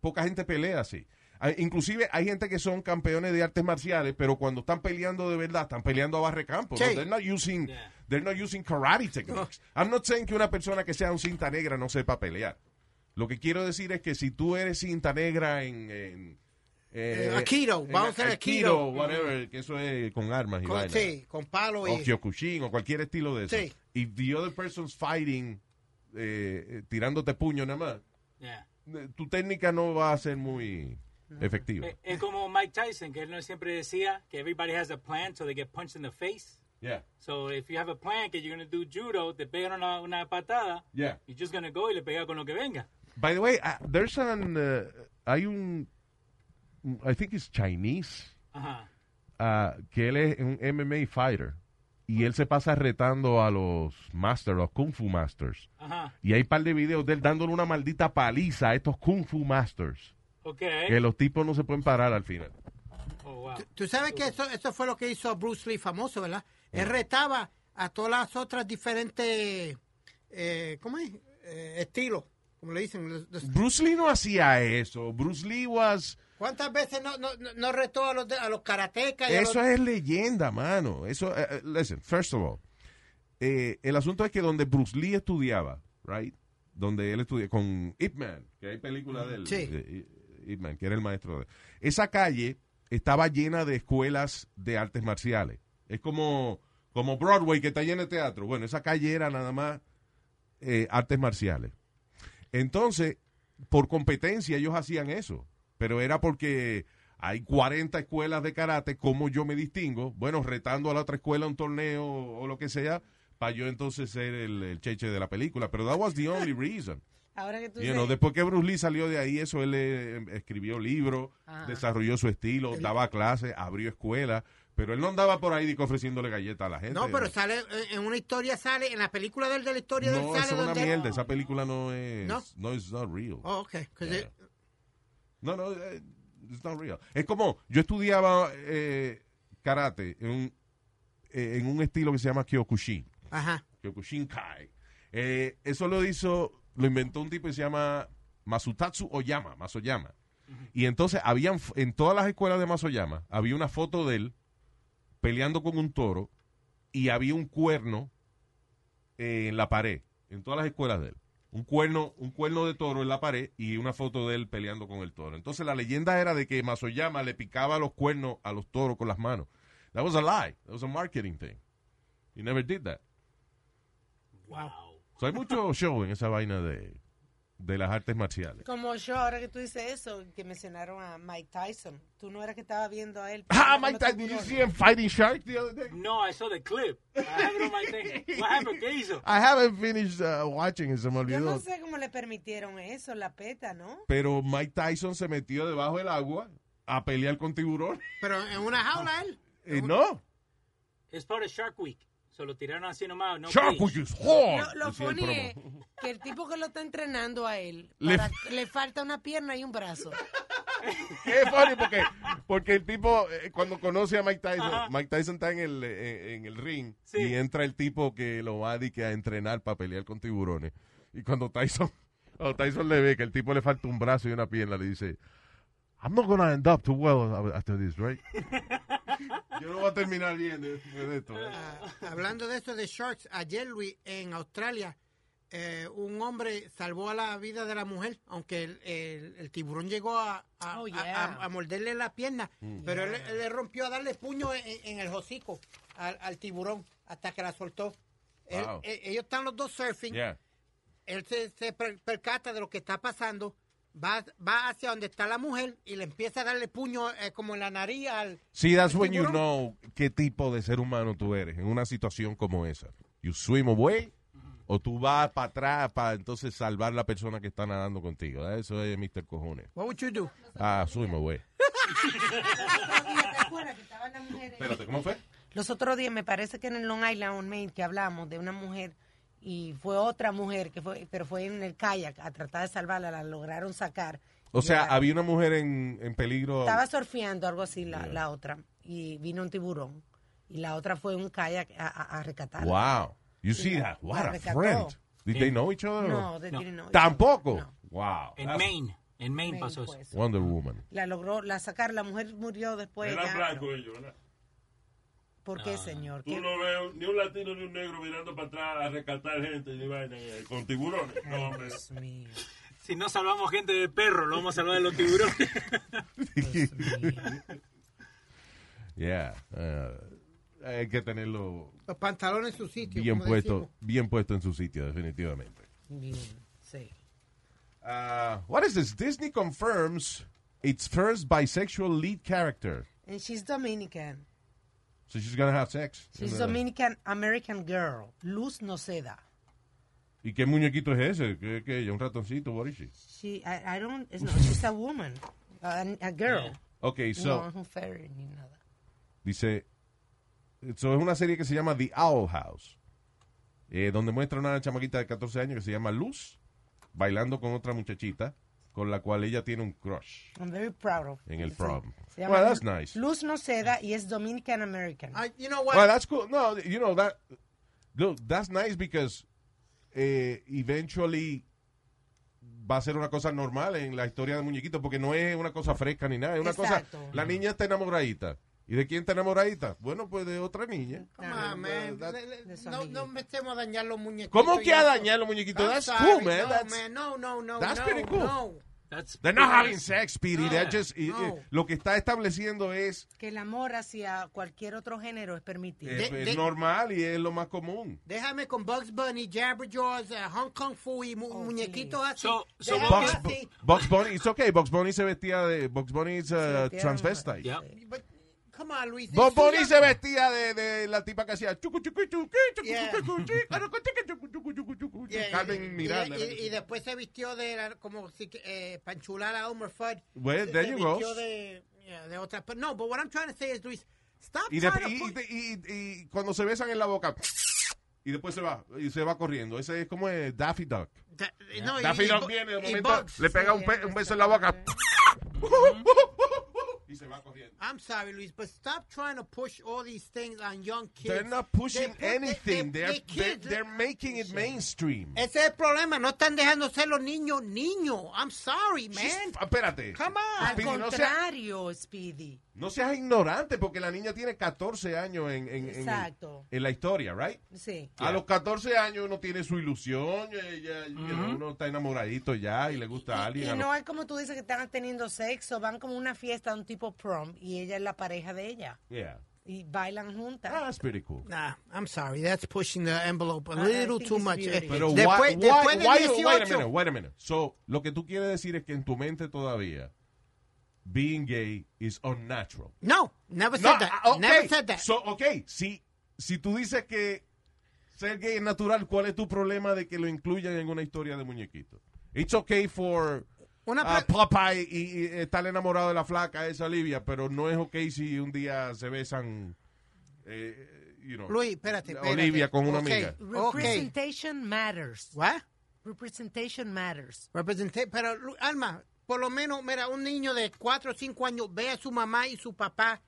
A: poca gente pelea así. Ah, Inclusive hay gente que son campeones de artes marciales, pero cuando están peleando de verdad, están peleando a barrecampo.
D: Sí.
A: ¿no? They're not using,
C: Yeah.
A: they're not using karate techniques. I'm not saying que una persona que sea un cinta negra no sepa pelear. Lo que quiero decir es que si tú eres cinta negra en, en
D: Eh, Aikido, vamos a hacer Aikido.
A: whatever, que eso es con armas y
D: con,
A: vaina.
D: sí, con palo
A: O
D: y...
A: Kyokushin o cualquier estilo de eso.
D: Sí.
A: If the other person's fighting, eh, eh, tirándote puño nada más,
C: Yeah.
A: eh, tu técnica no va a ser muy efectiva.
C: Eh, Es como Mike Tyson, que él no siempre decía que everybody has a plan so they get punched in the face.
A: Yeah,
C: So if you have a plan que you're going to do judo, te pegan una, una patada,
A: yeah.
C: you're just going to go y le pega con lo que venga.
A: By the way, ah, there's an, eh, hay un, I think it's Chinese,
C: Ajá.
A: ah, que él es un MMA fighter. Y él se pasa retando a los masters, los Kung Fu Masters.
C: Ajá.
A: Y hay un par de videos de él dándole una maldita paliza a estos Kung Fu Masters.
C: Ok.
A: Que los tipos no se pueden parar al final.
C: Oh, wow.
D: Tú- Tú sabes que eso, eso fue lo que hizo Bruce Lee famoso, ¿verdad? Él retaba a todas las otras diferentes... eh, ¿Cómo es? Eh, estilos, como le dicen. los- los-
A: Bruce Lee no hacía eso. Bruce Lee was...
D: ¿Cuántas veces no, no, no- no retó a los, de- a los karatecas? y a
A: Eso
D: los-
A: es leyenda, mano. Eso, eh, eh, listen, first of all, eh, el asunto es que donde Bruce Lee estudiaba, right, donde él estudiaba con Ip Man, que hay película de él,
D: Sí.
A: eh, Ip Man, que era el maestro de él. Esa calle estaba llena de escuelas de artes marciales. Es como, como Broadway que está llena de teatro. Bueno, esa calle era nada más eh, artes marciales. Entonces, por competencia ellos hacían eso, pero era porque hay 40 escuelas de karate, ¿cómo yo me distingo? Bueno, retando a la otra escuela a un torneo o lo que sea, para yo entonces ser el, el cheche de la película, pero that was the only reason.
E: Ahora que tú
A: You know,
E: dices-
A: después que Bruce Lee salió de ahí, eso él eh, escribió libros,
E: Ajá.
A: desarrolló su estilo, daba clases, abrió escuelas, pero él no andaba por ahí digo, ofreciéndole galletas a la gente.
D: No, pero sale eh, en una historia, sale en la película de él, de la historia de él,
A: No,
D: sale
A: eso es una
D: donde él-
A: mierda, esa película no es
D: No.
A: no, it's not real.
D: Oh, ok. 'cause
A: Yeah.
D: it-
A: No, no, eh, it's not real. Es como, yo estudiaba eh, karate en un, eh, en un estilo que se llama Kyokushin.
D: ajá.
A: Kyokushin Kai. Eh, eso lo hizo, lo inventó un tipo que se llama Masutatsu Oyama, Masoyama. Y entonces habían, f- en todas las escuelas de Masoyama, había una foto de él peleando con un toro y había un cuerno eh, en la pared, en todas las escuelas de él. Un cuerno, un cuerno de toro en la pared y una foto de él peleando con el toro. Entonces la leyenda era de que Masoyama le picaba los cuernos a los toros con las manos. That was a lie. That was a marketing thing. He never did that.
C: Wow.
A: So, hay mucho show en esa vaina de, de las artes marciales.
E: Como yo, ahora que tú dices eso, que mencionaron a Mike Tyson. Tú no eras que estaba viendo a él.
A: Ah,
E: peleando con
A: Mike Tyson,
E: otro
A: did you
E: tiburón.
A: see him fighting shark the other day?
C: No, I saw the clip. I have it on my thing. What happened? ¿Qué hizo?
A: I haven't finished uh, watching, se me
E: Yo
A: olvidó.
E: no sé cómo le permitieron eso, la peta, ¿no?
A: Pero Mike Tyson se metió debajo del agua a pelear con tiburón.
D: Pero en una jaula él.
A: Y no.
C: It's part of Shark Week. Se lo tiraron así nomás. No
A: Shark
C: cage.
A: which is hard.
E: Lo, lo
A: decía el
E: funny
A: Oh, promo.
E: es que el tipo que lo está entrenando a él,
A: Le-
E: para- le, falta una pierna y un brazo.
A: Es funny porque, porque el tipo, eh, cuando conoce a Mike Tyson, Mike Tyson está en el, eh, en el ring
C: Sí.
A: y entra el tipo que lo va a, di que a entrenar para pelear con tiburones. Y cuando Tyson, cuando Tyson le ve que el tipo le falta un brazo y una pierna, le dice, I'm not gonna end up too well after this, right? Yo no voy a terminar bien de, de esto. ¿eh?
D: Ah, hablando de eso de sharks, ayer Luis, en Australia, eh, un hombre salvó a la vida de la mujer, aunque el, el- el tiburón llegó a, a,
E: Oh,
D: a-
E: yeah.
D: a- a morderle la pierna,
A: Mm.
D: pero él, él le rompió a darle puño en, en el hocico al, al tiburón hasta que la soltó. Él-
A: Wow.
D: eh, ellos están los dos surfing,
A: Yeah.
D: él se, se per- percata de lo que está pasando, va, va hacia donde está la mujer y le empieza a darle puño eh, como en la nariz al...
A: Sí, that's when you
D: tiburón.
A: know qué tipo de ser humano tú eres en una situación como esa. You swim away o tú vas para atrás para entonces salvar la persona que está nadando contigo. Eso es Mr. Cojones.
D: What would you do?
A: Ah, swim away.
E: ¿Te acuerdas que estaban las mujeres?
A: Espérate, ¿cómo fue?
E: Los otros días me parece que en el Long Island on Main que hablamos de una mujer y fue otra mujer que fue, pero fue en el kayak a tratar de salvarla, la lograron sacar.
A: O
E: Y
A: sea,
E: la-
A: había una mujer en, en peligro.
E: estaba surfeando algo así la, la otra y vino un tiburón y la otra fue en un kayak a, a- a rescatarla.
A: Wow. You see
E: la-
A: that? What
E: la
A: a
E: rescató.
A: friend. Did they know each other?
E: No, they didn't know.
A: Tampoco.
E: No,
A: Wow.
C: En
A: That's
C: Maine. En Maine
E: Maine
C: pasó
E: fue
C: eso.
E: eso.
A: Wonder Woman.
E: La logró, la sacar, la mujer murió después.
F: Era
E: pues ya.
F: blanco ellos, ¿verdad?
E: ¿Por qué, señor?
F: Tú
E: ¿Qué-
F: no ves ni un latino ni un negro mirando para atrás a rescatar gente ni vaina eh, con tiburones. No, hombre.
E: Dios mío,
C: Si no salvamos gente de perro, lo vamos a salvar de los tiburones.
E: Dios mío.
A: Yeah. Uh, hay que tenerlo
D: Los pantalones en su sitio.
A: bien
D: como
A: puesto,
D: decimos.
A: bien puesto en su sitio, definitivamente.
E: Bien, sí.
A: Uh, what is this? Disney confirms its first bisexual lead character.
E: And she's Dominican.
A: So she's gonna have sex.
E: She's
A: Uh,
E: Dominican American girl. Luz Noceda.
A: ¿Y qué muñequito es ese? ¿Qué, qué? ¿Un ratoncito? What is she?
E: She, I, I don't, it's not, she's a woman, a, a girl.
A: Okay,
E: no,
A: so
E: es un fairy ni nada.
A: dice, so es una serie que se llama The Owl House, eh, donde muestra una chamaquita de 14 años que se llama Luz bailando con otra muchachita con la cual ella tiene un crush
E: I'm very proud of
A: en el
E: Sí.
A: prom.
E: Se llama
A: Well, that's
E: Lu-
A: nice.
E: Luz Noceda y es Dominican American.
D: Ah, you know what?
A: Well, that's cool. No, you know that. Look, that's nice because eh, eventually va a ser una cosa normal en la historia de muñequitos porque no es una cosa fresca ni nada. Es una
E: Exacto.
A: cosa. La niña está enamoradita. ¿Y de quién está enamoradita? Bueno, pues de otra niña.
D: Come on, man.
A: that-
D: Le- le-
E: De su
D: no,
E: amiguito.
D: no metemos a dañar los muñequitos.
A: ¿Cómo
D: y
A: que a
D: eso.
A: dañar los muñequitos?
D: I'm
A: That's
D: sorry,
A: cool, man.
D: No,
A: That's-
D: man. No, no, no.
A: That's
D: no,
A: pretty cool.
D: No.
C: That's
A: They're not having sex, Speedy. They're just- eh, eh,
D: no.
A: Lo que está estableciendo es,
E: que el amor hacia cualquier otro género es permitido.
A: eh,
D: They-
A: es
D: they-
A: normal y es lo más común.
D: Déjame con Bugs Bunny, Jabberjaws, eh, Hong Kong Fu y mu-
E: Oh,
D: muñequitos así.
C: So- so
D: Déjame
A: Bugs,
D: así.
A: Bugs Bunny, it's okay. Bugs Bunny se vestía de. Bugs Bunny is a
E: Se metieron-
A: transvestite.
C: Yep.
D: But Come on, Luis.
A: Bob
D: these two
A: Bunny
D: young-
A: se vestía de, de la tipa que hacía chucu chucu chucu chucu
D: Yeah.
A: chucu chucu chucu, chucu, chucu, chucu,
D: Yeah, y-
A: Carmen Miranda.
D: Y, y- y después se vistió de la- como si que, eh, panchular a Elmer Fudd.
A: Well,
D: Se-
A: there
D: se
A: you go.
D: vistió de, yeah, de otra. But no, but what I'm trying to say is, Luis, stop
A: Y, de-
D: trying to
A: y-
D: put-
A: y- y- y cuando se besan en la boca y después se va y se va corriendo. Ese es como es Daffy Duck.
D: Da- no, y-
A: Daffy
D: y
A: Duck
D: bu-
A: viene de
D: y
A: momento,
D: bugs.
A: le pega un, pe- un beso en la boca y se va corriendo.
D: I'm sorry, Luis, but stop trying to push all these things on young kids.
A: They're not pushing
D: They put- they-
A: anything.
D: they-
A: They're,
D: they
A: they're,
D: kids-
A: they're making it mainstream.
D: Ese es el problema. No están dejando ser los niños niños. I'm sorry, man.
A: She's- espérate.
D: Come on.
E: Al
A: Speedy, no seas,
E: contrario, Speedy.
A: no seas ignorante porque la niña tiene 14 años en, en, en-
E: Exacto.
A: en la historia, right?
E: Sí.
A: A los 14 años uno tiene su ilusión, ella- uno está enamoradito ya y le gusta a alguien.
E: Y
A: a los-
E: no es como tú dices que están teniendo sexo, van como a una fiesta, un tipo prom, y ella es la pareja de ella.
A: Yeah.
E: Y bailan juntas.
A: Ah, That's pretty cool.
D: Nah, I'm sorry. That's pushing the envelope a
E: I
D: little
E: think
D: too
E: it's
D: much.
E: beauty.
D: Eh,
A: Pero
D: después,
A: why,
D: después
A: why-
D: del
A: why- wait a
D: 18,
A: minute, wait a minute. So, lo que tú quieres decir es que en tu mente todavía being gay is unnatural.
D: No, never
A: No,
D: said that.
A: ah, okay.
D: Never said that.
A: So, ok, si, si tú dices que ser gay es natural, ¿cuál es tu problema de que lo incluyan en una historia de muñequito? It's okay for
D: Una
A: ah,
D: pre-
A: Popeye y, y estar enamorado de la flaca esa Livia, pero no es okay si un día se besan, eh, you know,
D: Luis, espérate, espérate.
A: Olivia con una
D: Ok,
A: amiga.
D: Okay.
E: Representation matters.
D: What?
E: Representation matters.
D: Representé, pero Lu- Alma, por lo menos, mira, un niño de 4 o 5 años ve a su mamá y su papá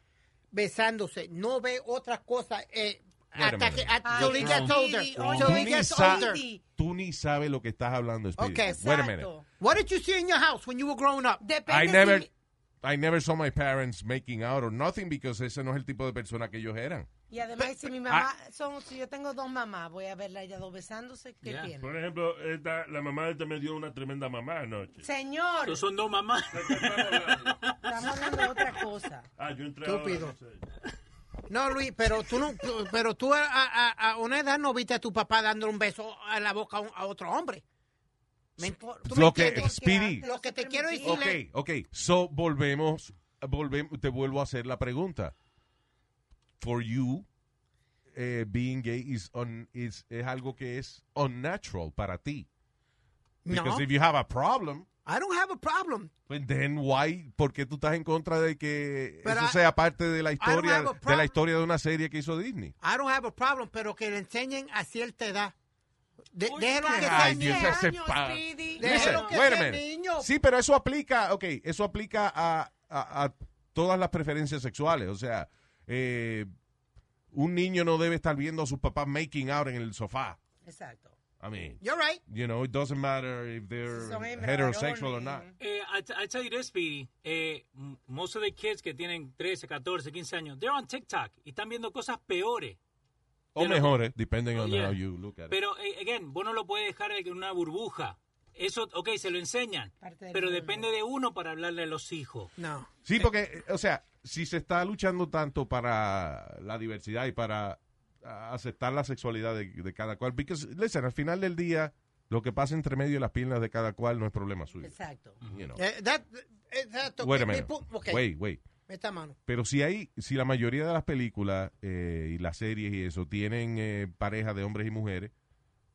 D: besándose, no ve otra cosa eh,
A: Wait a
D: hasta que
A: minute.
D: until he gets older.
E: Speedy,
A: Tú
D: Until he
A: ni,
D: gets
A: sa-
D: older.
A: tú ni sabes lo que estás hablando, Speedy.
D: Ok.
A: Wait a minute.
E: Exacto.
D: What did you see in your house when you were growing up?
E: Depende
A: I
E: si
A: never,
E: mi-
A: I never saw my parents making out or nothing because ese no es el tipo de persona que ellos eran.
E: Y además, si mi mamá, son, si yo tengo dos mamás, voy a verla ya dos besándose, ¿qué
C: Yeah.
E: tiene?
F: Por ejemplo, esta, la mamá de este me dio una tremenda mamá anoche.
E: Señor,
C: Estos son dos mamás.
E: estamos hablando de otra cosa.
F: Ah, yo entré
D: Estúpido.
F: ahora, no sé.
D: No, Luis, pero tú, no, pero tú a, a- a una edad no viste a tu papá dándole un beso a la boca a, un- a otro hombre. ¿Me ent- tú me
A: Lo que-
D: entiendes?
A: Speedy.
D: Lo que te quiero decir-
A: Ok, ok. So, volvemos, volvemos, te vuelvo a hacer la pregunta. For you, eh, being gay is un- is- es algo que es unnatural para ti.
D: No,
A: Because if you have a problem,
D: I don't have a problem.
A: pues then why, ¿por qué tú estás en contra de que
D: Pero
A: eso
D: I-
A: sea parte de la
D: don't have
A: historia,
D: a
A: de la
D: problem.
A: historia de una serie que hizo Disney?
D: I don't have a problem, pero que le enseñen a cierta edad. De, déjelo que sea
A: Ay,
E: Ay,
A: Dios,
D: niño.
A: ese
E: años,
A: pa-
E: Speedy.
D: Déjalo
A: Listen,
D: que
A: wait a
D: sea
A: minute.
D: niño.
A: Sí, pero eso aplica, ok, eso aplica a, a- a todas las preferencias sexuales. O sea, eh, un niño no debe estar viendo a sus papás making out en el sofá.
E: Exacto.
A: I mean,
D: You're right.
A: you know, it doesn't matter if
E: Si son
A: they're
E: hembra,
A: heterosexual or
E: varón,
A: not.
E: eh,
C: Eh, I, t- I tell you this, Speedy. Eh, m- most of the kids que tienen 13, 14, 15 años, they're on TikTok y están viendo cosas peores.
A: O
C: you know.
A: mejores, depending on
C: Yeah.
A: how you look at it.
C: Pero, eh, again, vos no lo puedes dejar en una burbuja. Eso, ok, se lo enseñan,
E: Parte del
C: pero
E: mundo.
C: depende de uno para hablarle a los hijos.
D: No.
A: Sí, porque, eh, o sea, si se está luchando tanto para la diversidad y para ah, aceptar la sexualidad de, de cada cual, because, listen, al final del día, lo que pasa entre medio de las piernas de cada cual no es problema suyo.
E: Exacto.
A: You know.
D: Eh, that- exacto.
A: Wait a minute.
D: People- okay,
A: Wait, wait.
D: Esta mano.
A: Pero si hay, si la mayoría de las películas eh, y las series y eso tienen eh, parejas de hombres y mujeres,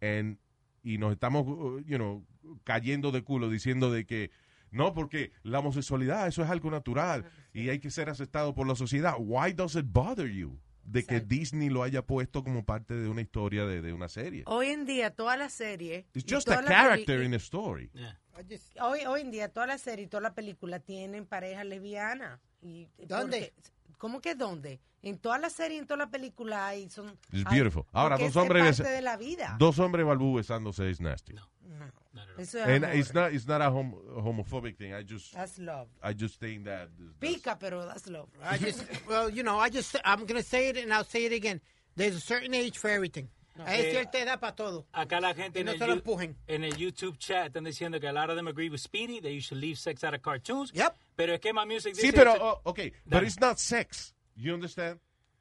A: and- y nos estamos, uh, you know, cayendo de culo diciendo de que no, porque la homosexualidad eso es algo natural y hay que ser aceptado por la sociedad. Why does it bother you de que
E: Exacto.
A: Disney lo haya puesto como parte de una historia de, de una serie?
E: Hoy en día, toda la serie.
A: It's
E: Oh, y
A: just
E: toda
A: a
E: la
A: character
E: peli-
A: in a story.
C: Yeah.
D: I just-
E: Hoy, hoy en día, toda la serie y toda la película tienen pareja lesbiana. Y,
D: ¿Dónde?
E: porque- ¿Cómo que dónde? En toda la serie, en toda la película hay. Son,
A: It's
E: hay-
A: beautiful. Ahora,
E: porque
A: dos
E: es
A: hombres
E: parte
A: besa-
E: de la vida.
A: Dos hombres balbú besándose es nasty.
E: No, Ah,
C: No, no, no.
E: eso es
A: And
E: amor.
A: it's not, it's not a hom- homophobic thing. I just,
E: That's love.
A: I just think that.
E: Pica, pero that's love.
D: I just, well, you know, I just, I'm going to say it and I'll say it again. There's a certain age for everything. Hay
C: Eh,
D: cierta edad para todo.
C: Acá la gente
D: Que
C: en,
D: no
C: el
D: se lo
C: you-
D: empujen.
C: en el YouTube chat están diciendo que a lot of them agree with Speedy, that you should leave sex out of cartoons.
D: Yep.
C: Pero es que My Music
A: Sí,
C: dice-
A: pero, oh, okay, but
C: Dale.
A: it's not sex. You understand?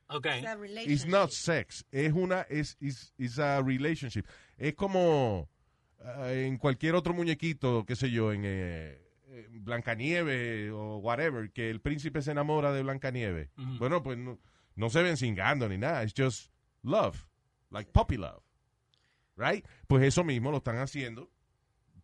C: Okay.
E: It's a
A: It's
E: relationship.
A: not sex. Es una, es, is is a relationship. Es como ah, en cualquier otro muñequito, qué sé yo, en eh, eh, Blancanieve o whatever, que el príncipe se enamora de Blancanieve. Bueno, pues no, no se ven cingando ni nada. It's just love. Like puppy love. Right? Pues eso mismo lo están haciendo,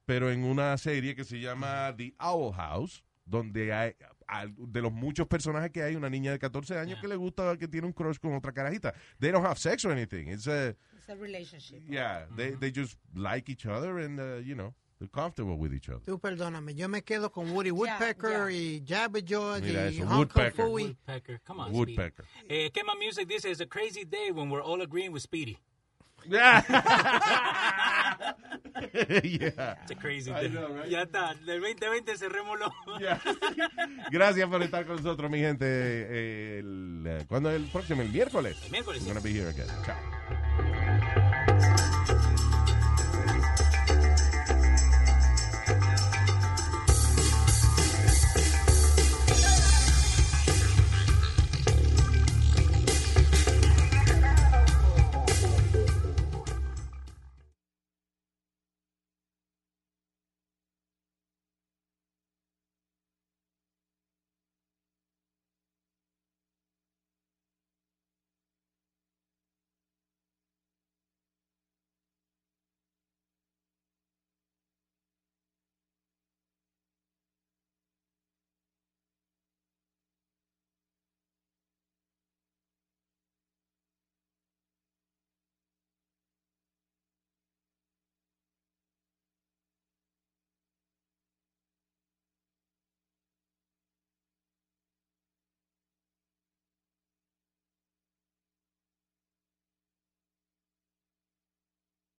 A: pero en una serie que se llama The Owl House, donde hay, al- de los muchos personajes que hay, una niña de 14 años
C: Yeah.
A: que le gusta, que tiene un crush con otra carajita. They don't have sex or anything. It's a,
E: It's a relationship.
A: yeah,
C: Mm-hmm.
A: they, they just like each other and, uh, you know, they're comfortable with each other.
D: Tú perdóname, yo me quedo con Woody Woodpecker
E: ya.
D: y Jabba George
A: Mira
D: y
A: eso,
D: Hong Kong
A: Woodpecker.
D: Fooey.
C: Woodpecker. Come on,
A: Woodpecker.
C: Speedy. Eh, Kema Music dice, it's a crazy day when we're all agreeing with Speedy.
A: Yeah.
C: It's a crazy
A: I
C: day.
A: know, right?
C: Ya está, del 2020 cerrémoslo.
A: Ya. Gracias por estar con nosotros, mi gente. El, eh, ¿Cuándo es el próximo? El miércoles.
C: Miércoles,
A: We're gonna be here again. Chao.